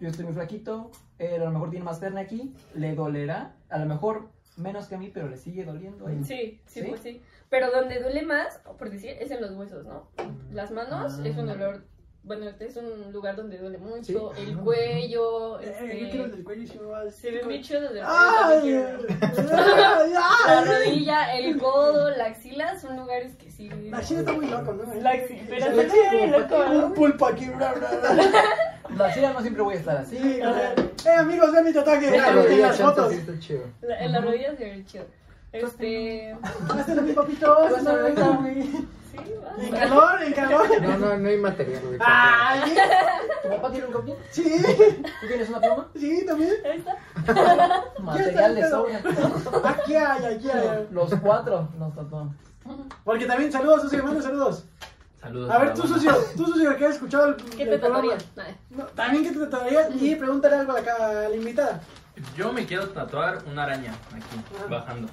yo estoy muy flaquito, él a lo mejor tiene más carne aquí, le dolerá, a lo mejor menos que a mí, pero le sigue doliendo. ahí. Sí, sí, ¿Sí? pues sí. Pero donde duele más, por decir, es en los huesos, ¿no? Las manos Ah. es un dolor. Bueno, este es un lugar donde duele mucho. Sí. El cuello. Eh, yo este, quiero el del cuello y si me va a Se ve decir. muy chido desde el ¡Ay! cuello, también quiero. ¡Ay! La ¡Ay! rodilla, el codo, la axila son lugares que sí. La china está muy loco, ¿no? La axila, pero Sí, se sí, ve como loco, pa- ¿no? Un pulpo aquí, bla, bla, bla. La silla no siempre voy a estar así. Sí, o sea, eh, amigos, vean mi tatuaje. Esta En rodilla las chanta fotos. sí está chido. La- en la rodilla se ve chido. Este. Hazlo, mi papito. Vas a ver, hazlo. Sí, va. En calor, en calor. No, no, no hay material, güey. Ah, ¡Ay! ¿Tu papá tiene un copia? Sí, ¿Tú tienes una pluma? sí, también. Ahí está. Material de está, sobra. Aquí hay, aquí hay. Los cuatro nos tatuamos. Porque también, saludos, socio, hermano, saludos. Saludos. A ver, tú, socio, tú, socio, que has escuchado el, ¿Qué el te programa. tatuarías? Nada. No, también que te tatuarías y pregúntale algo a la, ca- a la invitada. Yo me quiero tatuar una araña aquí, Ajá. bajando.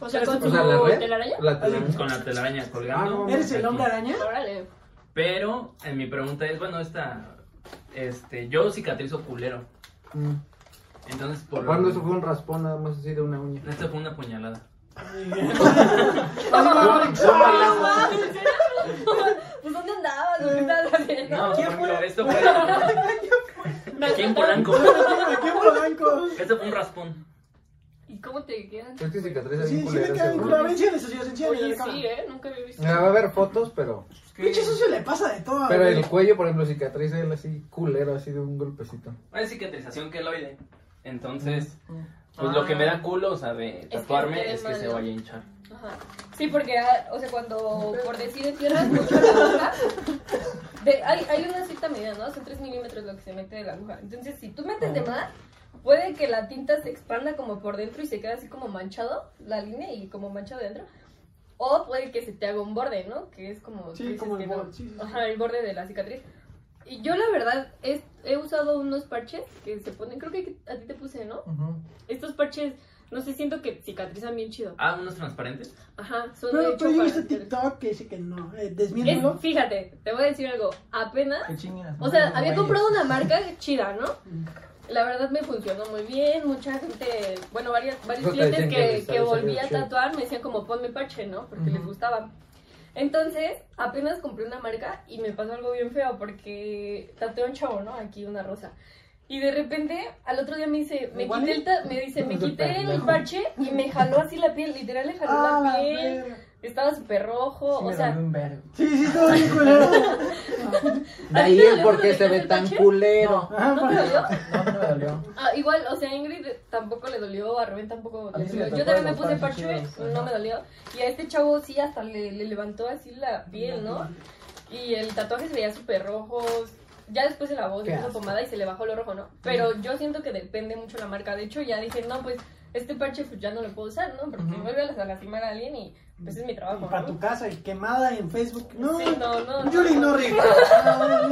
O sea, Pero con esto- O tu sea, la red. telaraña. La telaraña. Con la telaraña Ah, no, colgando. ¿Eres el aquí. hombre araña? Órale. Pero eh, mi pregunta es, bueno, esta, este, yo cicatrizo culero. Mm. Entonces, por Cuando eso fue un raspón nada más así de una uña. Esta fue una puñalada. Pues, No mames, ¿en serio? Pues ¿dónde andabas? ¿Dónde andabas? No, ¿Quién por ejemplo, fue? esto fue Me aquí en acuerdo. Polanco. Aquí en Polanco. Esto fue un raspón. ¿Y cómo te quedan? Es que cicatriz Sí, bien sí me culera, quedan en seguro. culo. Enciende, socio, enciende. Oye, la cámara. sí, ¿eh? Nunca había visto. Ah, Va a haber fotos, pero. Pinche socio le pasa de todo. Pero güey. el cuello, por ejemplo, cicatriz él así culero, así de un golpecito. Es cicatrización queloide. Entonces, pues lo que me da culo, o sea, de que tatuarme te es que se malo. vaya a hinchar. Ajá. Sí, porque, ah, o sea, cuando por decir entierras mucho la aguja, de- hay, hay una cierta medida, ¿no? Son 3 milímetros lo que se mete de la aguja. Entonces, si tú metes de más, puede que la tinta se expanda como por dentro y se queda así como manchado la línea y como manchado dentro. O puede que se te haga un borde, ¿no? Que es como. Sí, dices como el que no. borde, sí, sí, sí. Ajá, el borde de la cicatriz. Y yo, la verdad, es- he usado unos parches que se ponen. Creo que a ti te puse, ¿no? Ujú. Estos parches No sé, siento que cicatrizan bien chido. Ah, unos transparentes. Ajá, son de Pero, hecho pero yo he para- visto TikTok que dice que no. Eh, Es- desmiéntelo. fíjate, te voy a decir algo. Apenas Que chinguen las O sea, madres, había güeyes. comprado una marca chida, ¿no? Mm. La verdad me funcionó muy bien, mucha gente, bueno, varias, varios No te clientes dicen que que, les que sale volví a chido. tatuar me decían como ponme parche, ¿no? Porque les gustaba. Entonces, apenas compré una marca y me pasó algo bien feo porque tatué a un chavo, ¿no? Aquí una rosa. Y de repente, al otro día me dice, me Igual quité es- el, ta- me dice, me Ese quité el pendejo. parche y me jaló así la piel, literal le jaló Ah, la la piel. verga. Estaba súper rojo, Sí, o me sea, dolió un vergo. Sí, sí, todo bien culero. De ahí el por qué se ve tan culero. Ajá, ¿no te para- dolió? No, no me dolió. Ah, igual, o sea, a Ingrid tampoco le dolió, a Rubén tampoco A le mí sí dolió. me Yo tocó también me los puse parches parche, chidos, no ajá. me dolió. Y a este chavo sí hasta le, le levantó así la piel, ¿no? Y el tatuaje se veía súper rojo. Ya después se lavó, se Qué puso asco. pomada y se le bajó lo rojo, ¿no? Pero yo siento que depende mucho la marca. De hecho, ya dije, no, pues este parche pues ya no lo puedo usar, ¿no? Porque vuelve a lastimar a alguien y pues es mi trabajo, Y para tu ¿no? casa, y quemada en Facebook. No, Sí, no, no, Yuri no. no rifa. Ah,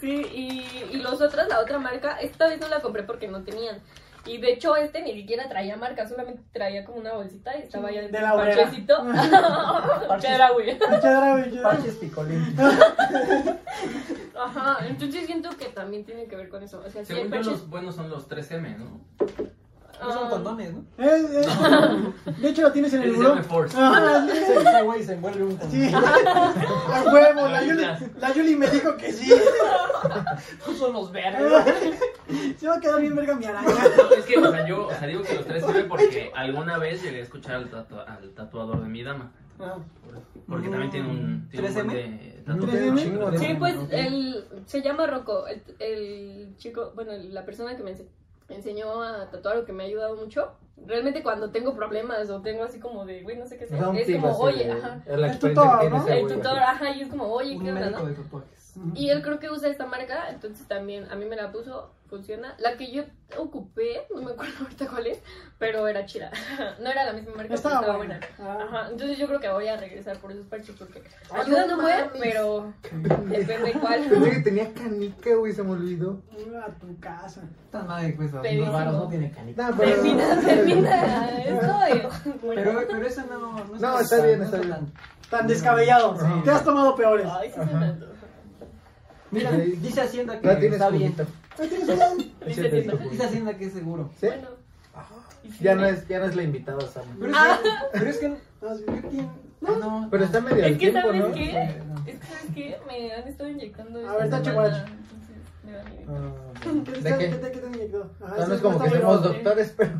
Sí, y, y los otros, la otra marca, esta vez no la compré porque no tenían. Y de hecho este ni siquiera traía marca, solamente traía como una bolsita y estaba ya De dentro la un obrera. parchecito. Parches. Ya era, güey. Chadra, güey, chadra. Parches picolín. Ajá, entonces siento que también tiene que ver con eso. O sea, si el Según yo, parche... los buenos son los 3M, ¿no? No son ah, condones, ¿no? Eh, eh, De hecho, lo tienes en el El buró. M Force. Ajá, sí. Ese ese güey se envuelve un condón. Sí. A huevo, la Yuli, Ahorita. la Yuli me dijo que sí. Son los verdes. Se va a quedar bien verga mi araña. No, es que, o sea, yo o sea, digo que los 3M porque alguna vez llegué a escuchar al, tatua- al tatuador de mi dama. Ah, Porque también tiene un, tiene un buen 3M? de ¿Tres M? tatuajes. Chingo de- Sí, pues Ok. el, se llama Rocco, el, el chico, bueno, la persona que me ense- enseñó a tatuar o que me ha ayudado mucho. Realmente cuando tengo problemas o tengo así como de, güey, no sé qué hacer, Da un es tip como, así oye, de- ajá. de La El experiencia tutor, que tiene ¿no? ese El güey. tutor, ah. ajá, y es como, oye, ¿qué Un onda, médico no? de tatuajes. Y él creo que usa esta marca, entonces también a mí me la puso, funciona. La que yo ocupé, no me acuerdo ahorita cuál es, pero era chida. No era la misma marca, pero Estaba estaba, buena. buena. Ah. Ajá, entonces yo creo que voy a regresar por esos parches porque Ay, ayudan no un buen, mames. pero depende Pensé que cuál. tenía canica, güey, se me olvidó. A tu casa. Tan madre, pues, los Pedísimo. varos no tienen calidad. Nah, pero- Termina, termina esto. y- Pero, pero eso no, no, No, está tan- bien, no está bien. tan- Tan descabellado. Sí. Te has tomado peores. Ay, sí se me antoja. Mira, Sí. dice Hacienda que No tienes está bien. juguito. Ahí tienes un- Dice, Siete, siento- Dice Hacienda que es seguro. ¿Sí? Bueno. Y sí, Ya no es, ya no es la invitada, Sam. Pero es, que, pero es que. pero tiene- No, Ah. no. Pero está medio Es al que, tiempo, ¿sabes ¿no? qué? Eh, no. Es que, ¿sabes qué? Me han estado inyectando. A esta ver, está semana, chihuahua. entonces me da miedo. Ah, ¿Qué ¿De te- qué qué? te- qué te inyectó? Ajá, No, no sí, es como está que bueno. somos doctores, pero,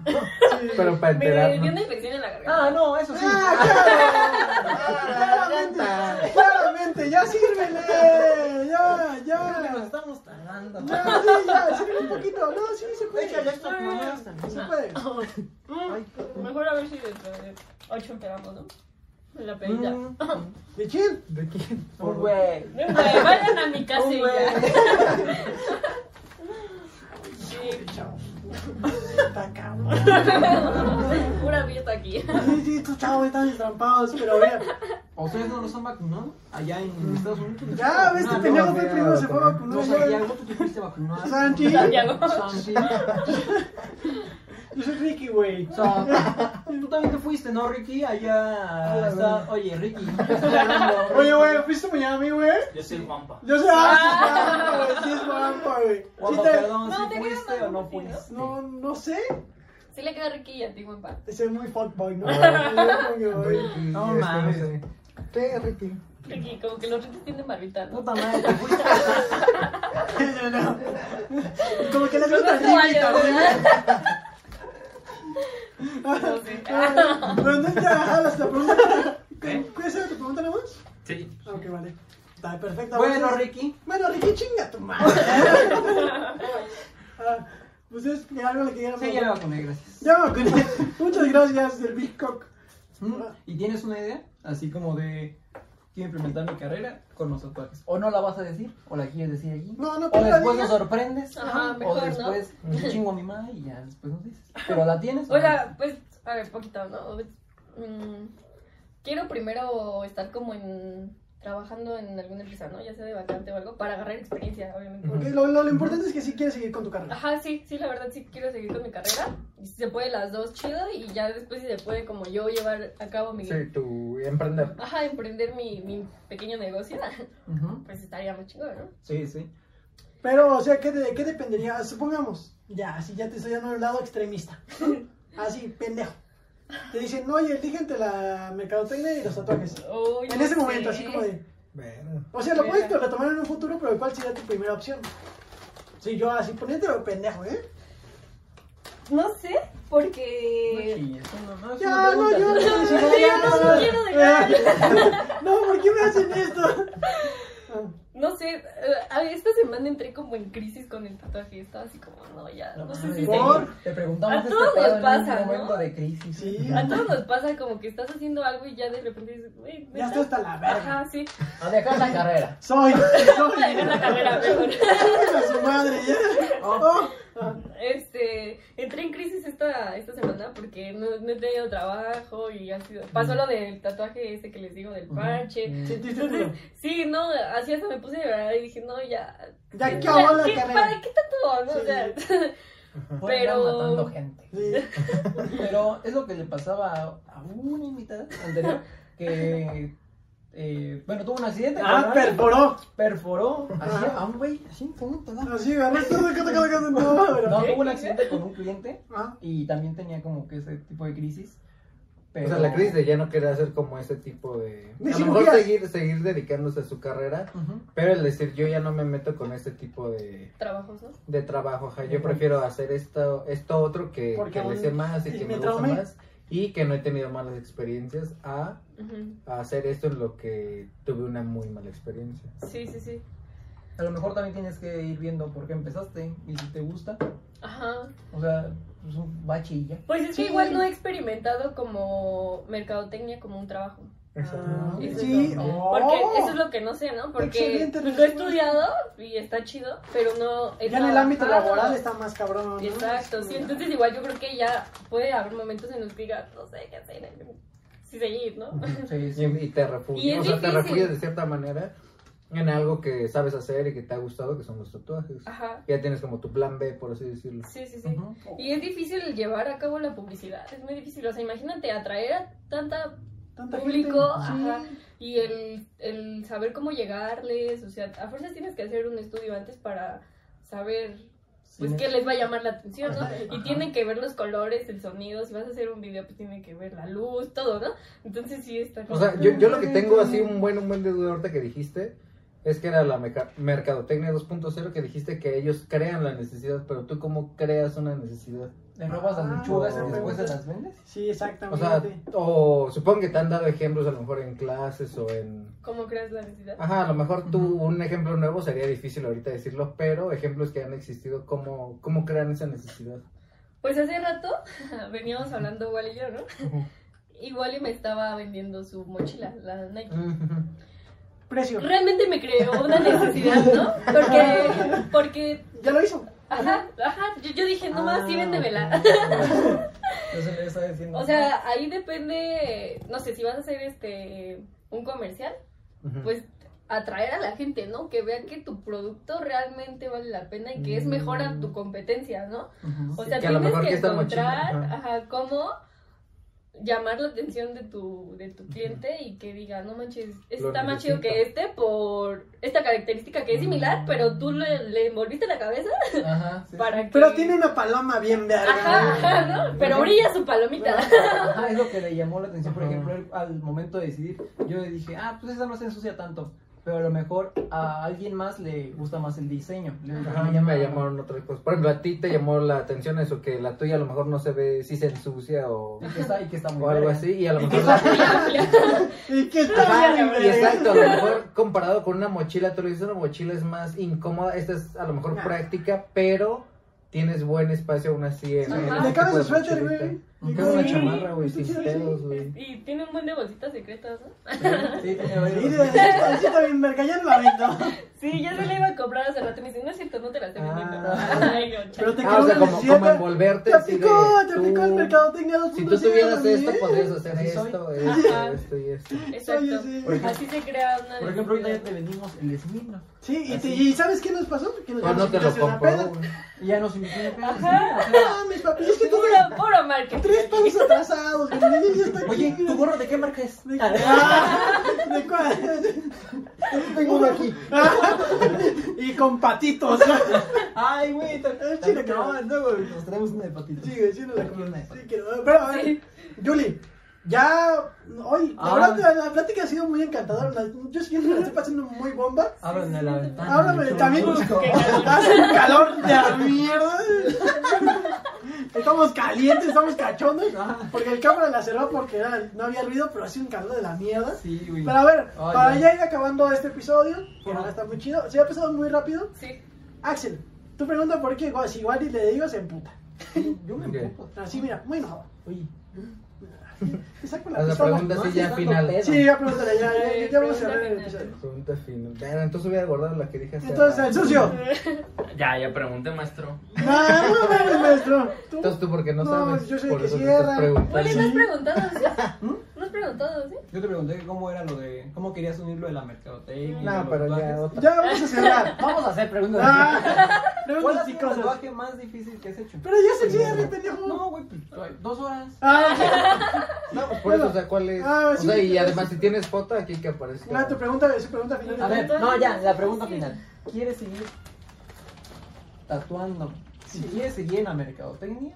pero para Me dio enterarnos. una infección en la garganta. Ah, no, eso sí. Ah, claro. Claramente, claramente, ya sírvele. Ya, Creo que nos ya. estamos tardando. Ya, sí, ya, sírvele un poquito. No, sí, se puede. Deja ya estas mamadas también. Se puede. Mm, Mejor a ver si dentro de 8 pegamos, ¿no? En la pedita. Mm, ¿De quién? ¿De quién? Un güey. No, güey, vayan a mi casa Un y güey. ya. Sí, Está cabrón. pura fiesta aquí. Sí, sí, estos chavos están destrampados, pero vean. ¿O ¿Ustedes no los han vacunado? Allá Mm. en Estados Unidos. Ya, ves, este Ah, no, pendejo fue el mira, primero, se fue a también. No, vacunar. ya. Santiago, tú te fuiste vacunado. Santi. Santiago. Santi. Yo soy Ricky, güey. O sea, tú también te fuiste, ¿no, Ricky? Allá está... Oye, Ricky. te estoy hablando. Oye, güey, ¿fuiste mañana a mí, güey? Yo soy Juanpa. Yo soy ah, sí, es guampa, güey. Sí, es guampa, güey. Sí, Guapo, te- perdón, No, si te quedas fuiste o no mal, ¿no? fuiste. No, no sé. Sí le queda riquilla a ti, Juanpa. Ese es muy fuckboy, ¿no? Ah. Yo como que, güey. Ricky, No este, mames. no sé. ¿Qué, Ricky? Ricky, como que los riquis tienen barbita, ¿no? Puta madre, te fuiste. Yo no. Como que la Yo gusta no sé, Ricky también. ¿verdad? No sé. Ah, Pero no trabajadas la pregunta. ¿Eh? ¿Cuál es la pregunta nada más? Sí. Ah, Ok, vale. Está perfecto. Bueno, Entonces- Ricky. Bueno, Ricky, chinga tu madre. Ah, Ustedes que algo le querían Sí, ya me vacuné, gracias. Ya me vacuné. Muchas gracias, el Big Cock. Mm, Ah. ¿Y tienes una idea? Así como de quiero implementar mi carrera con los tatuajes. O no la vas a decir, o la quieres decir allí. No, no, que o la después nos digas. sorprendes. Ajá, mejor, o ¿no? después chingo a mi madre y ya después nos dices. Pero la tienes. o Ah. Hola, pues, a ver, poquito, ¿no? Mm, quiero primero estar como en trabajando en alguna empresa, ¿no? Ya sea de vacante o algo, para agarrar experiencia, obviamente. Porque lo, lo- lo importante es que sí quieres seguir con tu carrera. Ajá, sí, sí, la verdad sí quiero seguir con mi carrera. Y si se puede las dos, chido. Y ya después si se puede como yo llevar a cabo mi... Sí, tu emprender. Ajá, emprender mi, mi pequeño negocio, Ujú. pues estaría muy chido, ¿no? Sí, sí. Pero, o sea, ¿qué, de, ¿qué dependería? Supongamos, ya, si ya te estoy dando el lado extremista. Así, pendejo. Te dicen, oye, elige entre la mercadotecnia y los tatuajes. Uy, En no ese sé. momento, así como de. Bueno. O sea, lo puedes retomar en un futuro, pero ¿cuál sería tu primera opción? Sí, yo así poniéndolo pendejo, ¿eh? No sé, porque... Y eso no, no, es una Ya, no, pregunta, yo ¿sí? no, si no, Sí, ya, no, no, no no. quiero dejar. No, ¿por qué me hacen esto? Ah, No sé, eh, a esta semana entré como en crisis con el tatuaje. Estaba así como, no, ya, no, sé si... ¿Por? tengo- Te preguntamos A este todos pedo nos en pasa, un momento ¿no? de crisis. Sí. A todos nos pasa como que estás haciendo algo y ya de repente dices, güey, Ya ¿neta? estoy hasta la verga. Ajá, sí. A dejar la carrera. Soy, Vamos a dejar la soy. carrera mejor. A su madre, ya. Oh. Ah, Este, entré en crisis esta, esta semana porque no, no he tenido trabajo y ha sido... Pasó lo del tatuaje ese que les digo del parche. Sentiste Entonces, culo. sí, no, así hasta me puse de verdad y dije, no, ya... Ya que ya, acabó la ¿qué- ¿Para carrera. qué tatuó? No? O Sí. sea, Pueden andar Pero- matando gente. Sí. Pero es lo que le pasaba a- a una invitada anterior que. eh, bueno, tuvo un accidente. Ah, con alguien, perforó. Perforó así a un güey, así en punto, ¿no? Así, agarró todo, todo, todo, todo, todo, pero- No, tuvo un accidente con un cliente Ah, y también tenía como que ese tipo de crisis. O Pero... sea, la crisis de ya no querer hacer como ese tipo de... De a lo mejor cirugías. seguir, seguir dedicándose a su carrera, Ujú. pero el decir yo ya no me meto con este tipo de, trabajos, ¿no? de trabajo, ajá, yo prefiero hacer esto esto otro que, Porque que le sé aún- más y y que me me gusta traumé. más y que no he tenido malas experiencias a, Ujú. a hacer esto en lo que tuve una muy mala experiencia. Sí, sí, sí. A lo mejor también tienes que ir viendo por qué empezaste y si te gusta. Ajá. O sea, es un bache y ya. Pues es Sí. que igual no he experimentado como mercadotecnia como un trabajo. ah, Eso sí, es oh. Porque eso es lo que no sé, ¿no? Porque Excelente pues, lo he respuesta. estudiado y está chido, pero no. he Ya en el ámbito trabajado. laboral está más cabrón. ¿no? Ah, Exacto, sí. Entonces, igual yo creo que ya puede haber momentos en los que diga, no sé qué hacer, si seguir, ¿no? Sí, Y, sí. y te refugias, Y es o sea, te difícil. refugias de cierta manera en algo que sabes hacer y que te ha gustado, que son los tatuajes. Ajá. Ya tienes como tu plan B, por así decirlo. Sí, sí, sí. Ujú. Y es difícil llevar a cabo la publicidad, es muy difícil. O sea, imagínate atraer a tanta Tanta público gente, sí. ajá, y el, el saber cómo llegarles, o sea, a fuerzas tienes que hacer un estudio antes para saber pues Sí. qué les va a llamar la atención, ¿no? Ajá. Y tienen que ver los colores, el sonido, si vas a hacer un video pues tienen que ver la luz, todo, ¿no? Entonces sí está O sea, yo, yo lo que tengo así un buen, un buen de duda ahorita que dijiste es que era la meca- mercadotecnia 2.0 que dijiste que ellos crean la necesidad, pero tú cómo creas una necesidad. Le robas las Ah, lechugas no. y después se las vendes. Sí, O exactamente. sea, o supongo que te han dado ejemplos a lo mejor en clases o en... ¿Cómo creas la necesidad? Ajá, a lo mejor tú un ejemplo nuevo sería difícil ahorita decirlo, pero ejemplos que han existido, ¿cómo, cómo crean esa necesidad? Pues hace rato veníamos hablando igual y yo, ¿no? Igual y me estaba vendiendo su mochila, la Nike. Precio. Realmente me creó una necesidad, ¿no? Porque, porque Ya lo hizo. Ajá, ajá, yo, yo dije, no Ah, más, sí véndemela. Entonces le está diciendo. O sea, ahí depende, no sé, si vas a hacer este un comercial, Ujú. pues atraer a la gente, ¿no? Que vean que tu producto realmente vale la pena y que es mejor a Mm. tu competencia, ¿no? Ujú. O sea, que a lo tienes mejor que que esta encontrar, mochila, ajá, cómo llamar la atención de tu, de tu cliente y que diga, no manches, este Lo está más chido que necesito". Mm. este por esta característica que es similar, pero tú le, le envolviste la cabeza Ajá, sí. para que... Pero tiene una paloma bien verga. Ajá, ajá, ¿no? Pero brilla su palomita. Ajá, es lo que le llamó la atención, por ejemplo, él, al momento de decidir. Yo le dije, ah, pues esa no se ensucia tanto. Pero a lo mejor a alguien más le gusta más el diseño. Le, Ajá, le ya llama- me llamaron otras cosas. Por ejemplo, a ti te llamó la atención eso, que la tuya a lo mejor no se ve, si se ensucia o, Y que está, y que está muy o algo verga. así, y a lo Y que mejor... está- Amplia, amplia. Y que Ajá, está bien y verga. exacto, a lo mejor comparado con una mochila, tú le dices, una mochila es más incómoda, esta es a lo mejor Ah. práctica, pero tienes buen espacio aún así en... Ajá. en Le este cabe tipo su de suéter, mochilita. güey. Nunca una chamarra, güey, sin pedos, güey. Y tiene un buen de bolsitas secretas, ¿no? Sí, tenía Sí, varios. de está bien verga, ya no la vendo. Sí, ya se la iba a comprar hace rato. Me dice, no es cierto, no te la estoy vendiendo. Ah. Ay, no, Pero te Ah, o sea, quedó como, como envolverte Te así de, aplicó, te aplicó el tú- mercadotecnia 2.0. Si tú tuvieras esto, ¿eh? podrías hacer Sí, soy. esto, Ajá. esto, esto y esto. Exacto. Oye, sí. Así se crea una. Por ejemplo, ahorita ya te vendimos el Smirnoff. Sí, y, te- y ¿sabes qué nos pasó? Que nos Pues no te lo invitaste a una compró, peda. güey. Y ya nos invitó a pedas. Ajá. No, mis papi, es que tú Puro, puro marketing. tres pasos atrasados, güey. ya- ya está aquí, Oye, mira. ¿tu gorro de qué marca es? Ah, ¿De cuál? ¿De cuál? Tengo uno aquí. Y con patitos. Ay, güey, te- chile no, que no. no, güey, nos traemos una de patitas. Sí, güey, sí, no la Quiero una de Sí, quiero- Pero a ver, Julie, ya hoy, la Ah. verdad, la, la plática ha sido muy encantadora. la- yo siento que la estoy pasando muy bomba. Ábrame la ventana. Háblame mucho también. gusto. Hace un calor de la mierda. Estamos calientes, estamos cachondos. Ah. Porque el cámara la cerró porque era- no había ruido, pero hacía un calor de la mierda. Sí, güey. Pero a ver, Ay, para ay. ya ir acabando este episodio, que Ajá. ahora está muy chido. Se ha pasado muy rápido. Sí. Axel, tú pregunta por qué. igual- Si igual y le digo, se emputa. Yo me Ok. emputo. Así, mira, muy enojado. Oye, Te saco la Haz La pistola. pregunta No, sí sí, ya dando final. peso. Sí, ya pregúntale, ya, ya, ya, ya vamos a Pregunta cerrar el final. episodio. Pregunta final. Verga, entonces hubiera guardado la que dije hace Entonces, el rato. sucio. Ya, ya pregunté, maestro. No, no mames, maestro. Tú- Entonces tú porque no, No, sabes. yo soy el por que eso te cierra. estás preguntando. Oye, ¿no has preguntado así? ¿No has preguntado así? yo te pregunté que cómo era lo de. ¿Cómo querías unir lo de la mercadotecnia? y No, los pero ya tatuajes. otra. Ya vamos a cerrar. Vamos a hacer preguntas. Ah, ¿Cuál Preguntas ha y sido el cosas. tatuaje más difícil que has hecho? Pero ya se cierre, pendejo. No, güey, pues, dos horas. Ah, No, pues por eso, o sea, ¿cuál es? Ah, O sí, sea, sí, y sí, además, sí. si tienes foto, aquí que aparezca. ah, tu pregunta, su pregunta final. A ver, no, ya, la pregunta final. ¿Quieres seguir tatuando? Si quieres seguir en la mercadotecnia,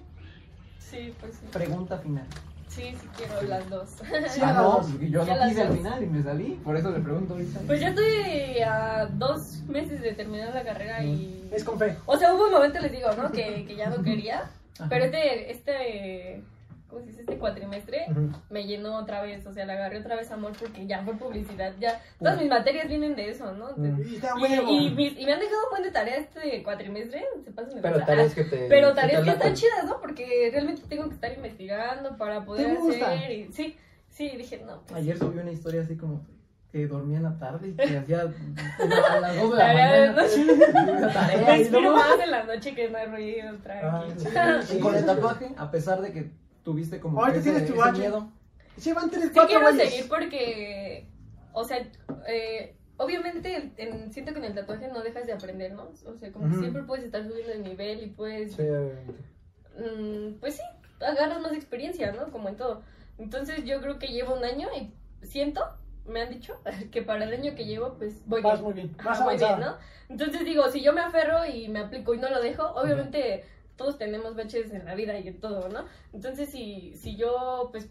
Sí, pues sí. pregunta final. Sí, sí quiero las dos. Sí, Ah, a no, las- porque yo ya no las quise al dos. final y me salí, por eso le pregunto ahorita. Pues ya estoy a dos meses de terminar la carrera y... Es con fe. O sea, hubo un momento, les digo, ¿no? Que, que ya no quería. Ajá. Pero este, este, ¿cómo se dice? Este cuatrimestre Ujú. me llenó otra vez. O sea, le agarré otra vez amor porque ya fue publicidad. Ya, todas mis materias vienen de eso, ¿no? De- Ujú. Y está Y, huevo. y mis- y me han dejado un buen de tarea este cuatrimestre. Se pasa, me Pero pasa. tareas Ah, que te. Pero te tareas que latan. están chidas, ¿no? Porque realmente tengo que estar investigando para poder ¿Te gusta? hacer. y- sí, sí, dije, no. pues, Ayer subí una historia así como que dormía en la tarde y que hacía a las 2 de la Tarea de mañana. noche. Una tarea Me y inspiro luego- más en la noche que no hay ruido, tranquilo. Ah, sí. Y con el tatuaje, a pesar de que tuviste como Ahorita que tienes tu bache. miedo. Sí, van tres, Sí cuatro quiero güeyes. seguir porque, o sea, eh, obviamente en- siento que en el tatuaje no dejas de aprender, ¿no? O sea, como que Ujú. siempre puedes estar subiendo de nivel y puedes, Sí, obviamente. mm, pues sí, agarras más experiencia, ¿no? Como en todo. Entonces yo creo que llevo un año y siento, me han dicho, que para el año que llevo, pues voy Vas bien. muy bien. Ajá, Vas muy bien, avanzada. ¿no? Entonces digo, si yo me aferro y me aplico y no lo dejo, obviamente todos tenemos baches en la vida y en todo, ¿no? Entonces si, si yo pues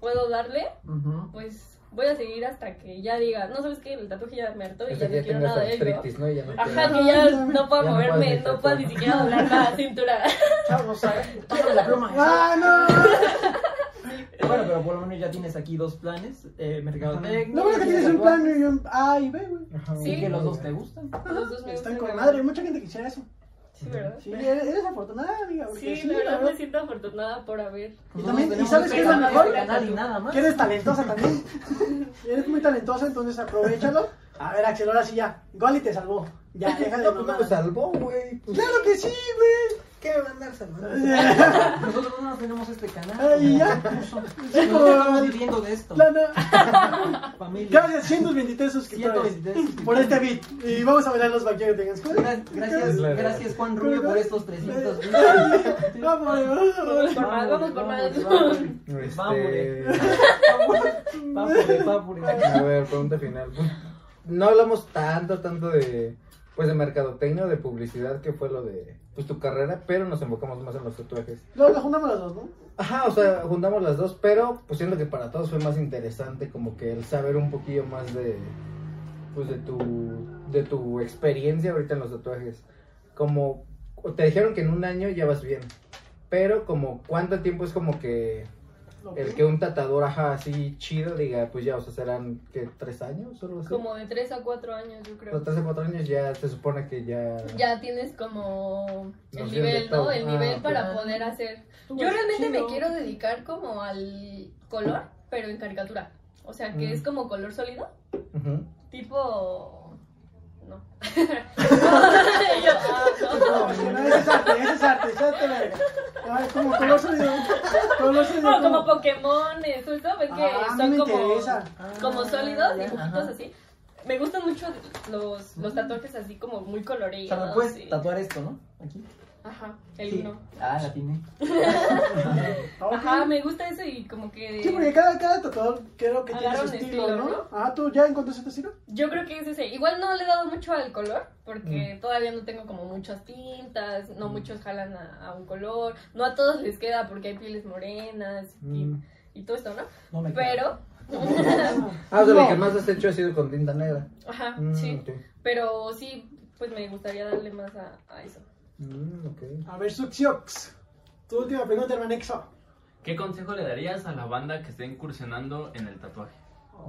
puedo darle, Ujú. pues voy a seguir hasta que ya diga, no sabes qué, el tatuaje ya me hartó y O ya sea, no que ya quiero tengas nada de ello. artritis, ¿no? Y ya no Ajá, quieras. que ya no pueda Ya no moverme, puedes ni no pueda ni tatuar. siquiera doblar la cintura. Chavos, tómame la pluma. Ah, no. Bueno, pero por lo menos ya tienes aquí dos planes. Eh, mercadotecnia. No, bueno, que tienes un tatuaje, plan y un A y B, güey. Ajá, Sí. Y que los dos te gustan. Los dos Están me gustan, con la madre. verdad. Mucha gente quisiera eso. Sí, ¿verdad? Sí, eres eres afortunada, amiga. porque Sí, la verdad me siento afortunada por haber. Y Nosotros también- ¿y tenemos sabes un qué es lo este programa de mejor? canal y nada más. Que eres talentosa también. eres muy talentosa, entonces aprovechalo. A ver, Axel, ahora sí ya. Igual y te salvó. Ya, deja de No, pues no me mamadas. salvó, güey. Pues, Claro que sí, güey. ¿Qué me va a andar salvando? Nosotros no tenemos este canal. Ay, Ah, como ya. concurso. Ya como- Nosotros estamos viviendo de esto. Plana. Familia. Gracias, 123 suscriptores 123. por este beat. Y vamos a bailar los vaqueros de Ganscourt. Gra- Gracias, Claro. gracias Juan Rubio por estos 300 Ay, videos. Vamos, vamos, vamos. Por más, vamos por más. Este, Vámonos. Vámonos, vámonos. A ver, pregunta final. Pues, No hablamos tanto, tanto de pues de mercadotecnia, de publicidad, que fue lo de pues, tu carrera, pero nos enfocamos más en los tatuajes. Luego la juntamos las dos, ¿no? Ajá, o sea, juntamos las dos, pero pues siento que para todos fue más interesante como que el saber un poquillo más de pues de tu de tu experiencia ahorita en los tatuajes. Como te dijeron que en un año ya vas bien, pero como cuánto tiempo es como que El que un tatuador ajá, así chido diga, pues ya, o sea, serán que tres años o algo así. Como de 3 a 4 años, yo creo. Los tres o cuatro años ya se supone que ya. Ya tienes como el Noción de nivel, todo. ¿no? El nivel Ah, para ok. poder hacer. Tú Yo eres realmente me chido. quiero dedicar como al color, pero en caricatura. O sea, que Mm. es como color sólido, Ujú. tipo. No. Yo, No, no, ese es arte, ese es arte, échate la verga. Ah, es como color sólido. Color sólido. No, como Pokémon, eso, eso, ven que Ah, son me como, interesa. como Ah, sólidos ya, Mm. dibujitos así. Me gustan mucho los, los tatuajes así como muy O coloridos. sea, me puedes y- tatuar esto, ¿no? Aquí. Ajá, el Sí. uno. Ah, la tiene. Ok. Ajá, me gusta eso y como que... Sí, porque cada, cada tatuador creo que tiene Agarra su un estilo, estilo, ¿no? ¿no? Ah, ¿tú ya encontraste tu estilo? Yo creo que es ese. Igual no le he dado mucho al color, Mm. porque todavía no tengo como muchas tintas, no muchos jalan a, a un color, no a todos les queda porque hay pieles morenas y, Mm. y todo esto, ¿no? No me queda. Pero... Ah, o sea, No. lo que más has hecho ha sido con tinta negra. Ajá, Mm, sí. ok. Pero sí, pues me gustaría darle más a, a eso. Mm, ok. A ver, Suxiox. Tu última pregunta, hermanexo. ¿Qué consejo le darías a la banda que esté incursionando en el tatuaje?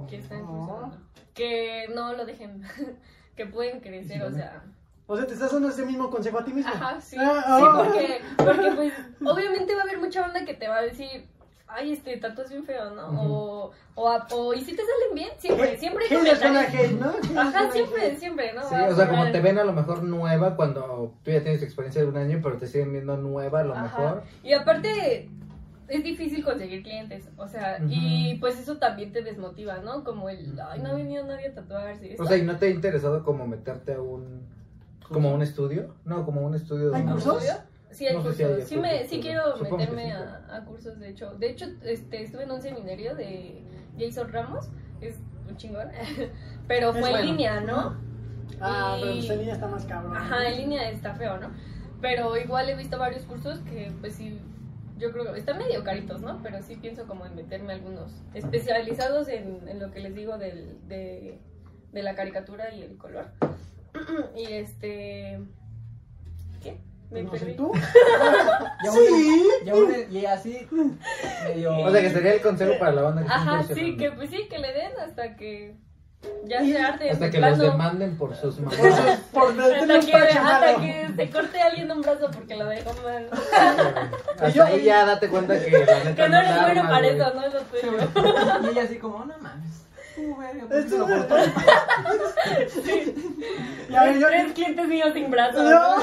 Que están Oh. cruzando. Que no lo dejen. que pueden crecer, o sea. O sea, te estás dando ese mismo consejo a ti mismo. Ajá, sí. Ah, Sí, ah. porque, porque pues obviamente va a haber mucha banda que te va a decir. Ay, este tatúas bien feo, ¿no? O, o, a- o, y si te salen bien, siempre, siempre hay Haters gonna comentarios. hate, ¿no? Haters gonna Ajá, siempre, hate. siempre, ¿no? Sí, Va a o sea, como haber- te ven a lo mejor nueva cuando tú ya tienes experiencia de un año, pero te siguen viendo nueva a lo Ajá. mejor. Y aparte, es difícil conseguir clientes, o sea, y pues eso también te desmotiva, ¿no? Como el, ay, no ha venido nadie a tatuarse. esto". O sea, ¿y no te ha interesado como meterte a un... como a un estudio? No, como a un estudio de... ¿Hay ¿A una- cursos? estudio? Sí, hay No sé cursos. si haya sí, me, cursos, sí pero quiero supongo que meterme sí, a, a cursos, de hecho. De hecho, este, estuve en un seminario de Jason Ramos, es un chingón, pero Es fue en bueno. línea, ¿no? Ah, pero Y- pues en línea está más cabrón. Ajá, en línea está feo, ¿no? Pero igual he visto varios cursos que, pues sí, yo creo que están medio caritos, ¿no? Pero sí pienso como en meterme a algunos especializados en, en lo que les digo del, de, de la caricatura y el color. Y este. ¿Qué? Me No sé, perdí. ¿tú? Ya Sí. una- Ya una- y así. Medio. O sea, que sería el consejo para la banda que está Ajá, sí, incursionando. que pues sí, que le den hasta que ya Y- se arte. Hasta mi que los plano. demanden por sus Por mamadas. ser- Por Hasta meternos que, para chamarro. hasta que se corte alguien un brazo porque lo dejó Y mal. yo- Hasta ahí ya date cuenta que la neta Que no eres la bueno armas, para güey. eso, no es lo tuyo. Y ella así como, no mames. Tú, verga, ¿por qué se Esto lo es- cortó? Y a ver, yo- Tres clientes míos sin brazos. No.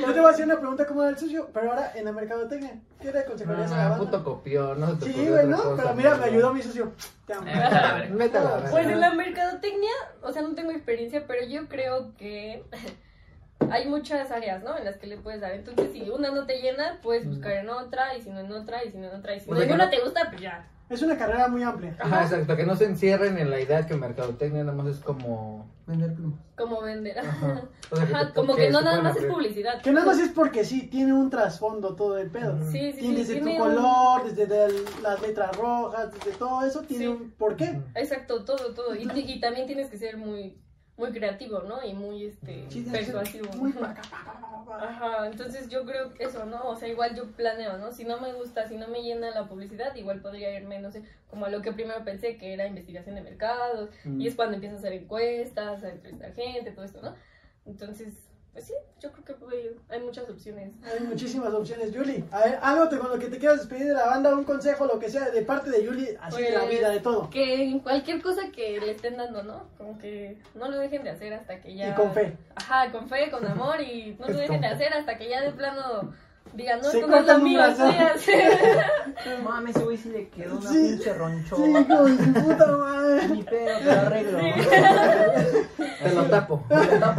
Yo te voy a hacer una pregunta como del sucio, pero ahora en la mercadotecnia. ¿Qué te aconsejarías a la Ah, banda? puto copión, no se te Sí, ocurrió güey, ¿no? otra cosa, Pero mira, ¿no? me ayudó mi socio. Te amo. Eh, vete a la verga. Vete a la verga. Pues en la mercadotecnia, o sea, no tengo experiencia, pero yo creo que hay muchas áreas, ¿no? En las que le puedes dar. Entonces, si una no te llena, Mm. puedes buscar en otra, y si no en otra, y si no en otra, y si O sea que ninguna no- te gusta, pues ya. Es una carrera muy amplia. Ajá, exacto, que no se encierren en la idea que mercadotecnia nada más es como... Vender plumas. Como vender. Ajá. Ajá, O sea, que te- como que no se nada pueden más es abrir. publicidad. Que nada más es porque sí, tiene un trasfondo todo el pedo. Sí, sí, sí, Tiene desde tu tiene un- color, desde del- las letras rojas, desde todo eso, tiene Sí. un por qué. Exacto, todo, todo. Y, ti- y también tienes que ser muy muy creativo, ¿no? Y muy este Sí, tiene que ser persuasivo. Muy pa' acá, pa, pa, pa, pa. Ajá, entonces yo creo que eso, ¿no? O sea, igual yo planeo, ¿no? Si no me gusta, si no me llena la publicidad, igual podría irme, no sé, como a lo que primero pensé, que era investigación de mercados, Mm. y es cuando empiezas a hacer encuestas, a entrevistar gente, todo esto, ¿no? Entonces, pues sí, yo creo que puede- hay muchas opciones. Hay muchísimas opciones, Yuli. A ver, algo te- con lo que te quieras despedir de la banda, un consejo, lo que sea, de parte de Yuli, así de la Pues, vida, de todo. Que cualquier cosa que le estén dando, ¿no? Como que no lo dejen de hacer hasta que ya... Y con fe. Ajá, con fe, con amor, y no lo dejen de hacer hasta que ya de plano digan, no, Se esto no es lo cortan un mío, brazo. sí, así. Mames, ese güey sí le quedó una Sí. pinche Sí, ronchona. hijo de su puta madre. Ni pedo, te lo arreglo. Te lo tapo.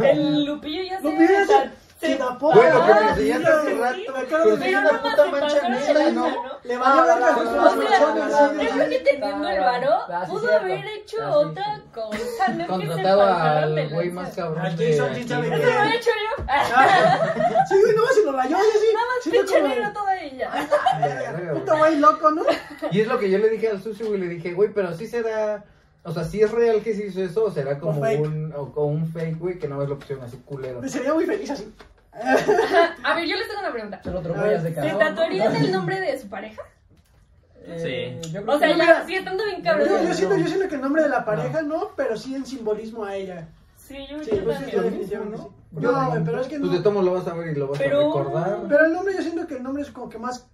El Lupillo ya se Lupillo ya se- tan- Se tapó. Güey, lo que Ah, me enseñaste hace sí. rato. Me acabo de Pero decir Pero una nada más puta se mancha pasó de negra, lanza, ¿no? ¿no? Le valió Ah, verga no, sus no, O manchones, sea, sí, yo sí. creo que teniendo el varón Ah, sí, pudo cierto. haber hecho Ah, sí, otra cosa. No es que se Contratado pasaron de al güey más lanza. cabrón. Al de Jason, aquí, quién sabe güey. ¿Eso lo había hecho yo? Ah, Ah, Sí, güey, no, se lo rayó, sí, sí. Nada más Sí, pinche como- negro toda ella. Verga, güey. Puto güey loco, ¿no? Y es lo que yo le dije al sushi, güey. Le dije, güey, pero sí será. O sea, ¿sí es real que se hizo eso o será como O fake. Pues un, o, o un fake, güey, que nada más lo pusieron así culero. Sería muy feliz así. A ver, yo les tengo una pregunta. Se lo atropellas de ¿Se ¿Se cagón. tatuarían el nombre de su pareja? Eh, Sí. yo creo O sea, que- ya sigue estando bien Yo, cabrón. yo siento, yo siento que el nombre de la pareja no, pero sí en simbolismo a ella. Sí, yo, Sí, yo pues sí, también. yo definitivamente sí. Yo No, también. pero es que Pues de no. tomo lo vas a ver y lo vas Pero- a recordar. Pero el nombre, yo siento que el nombre es como que más.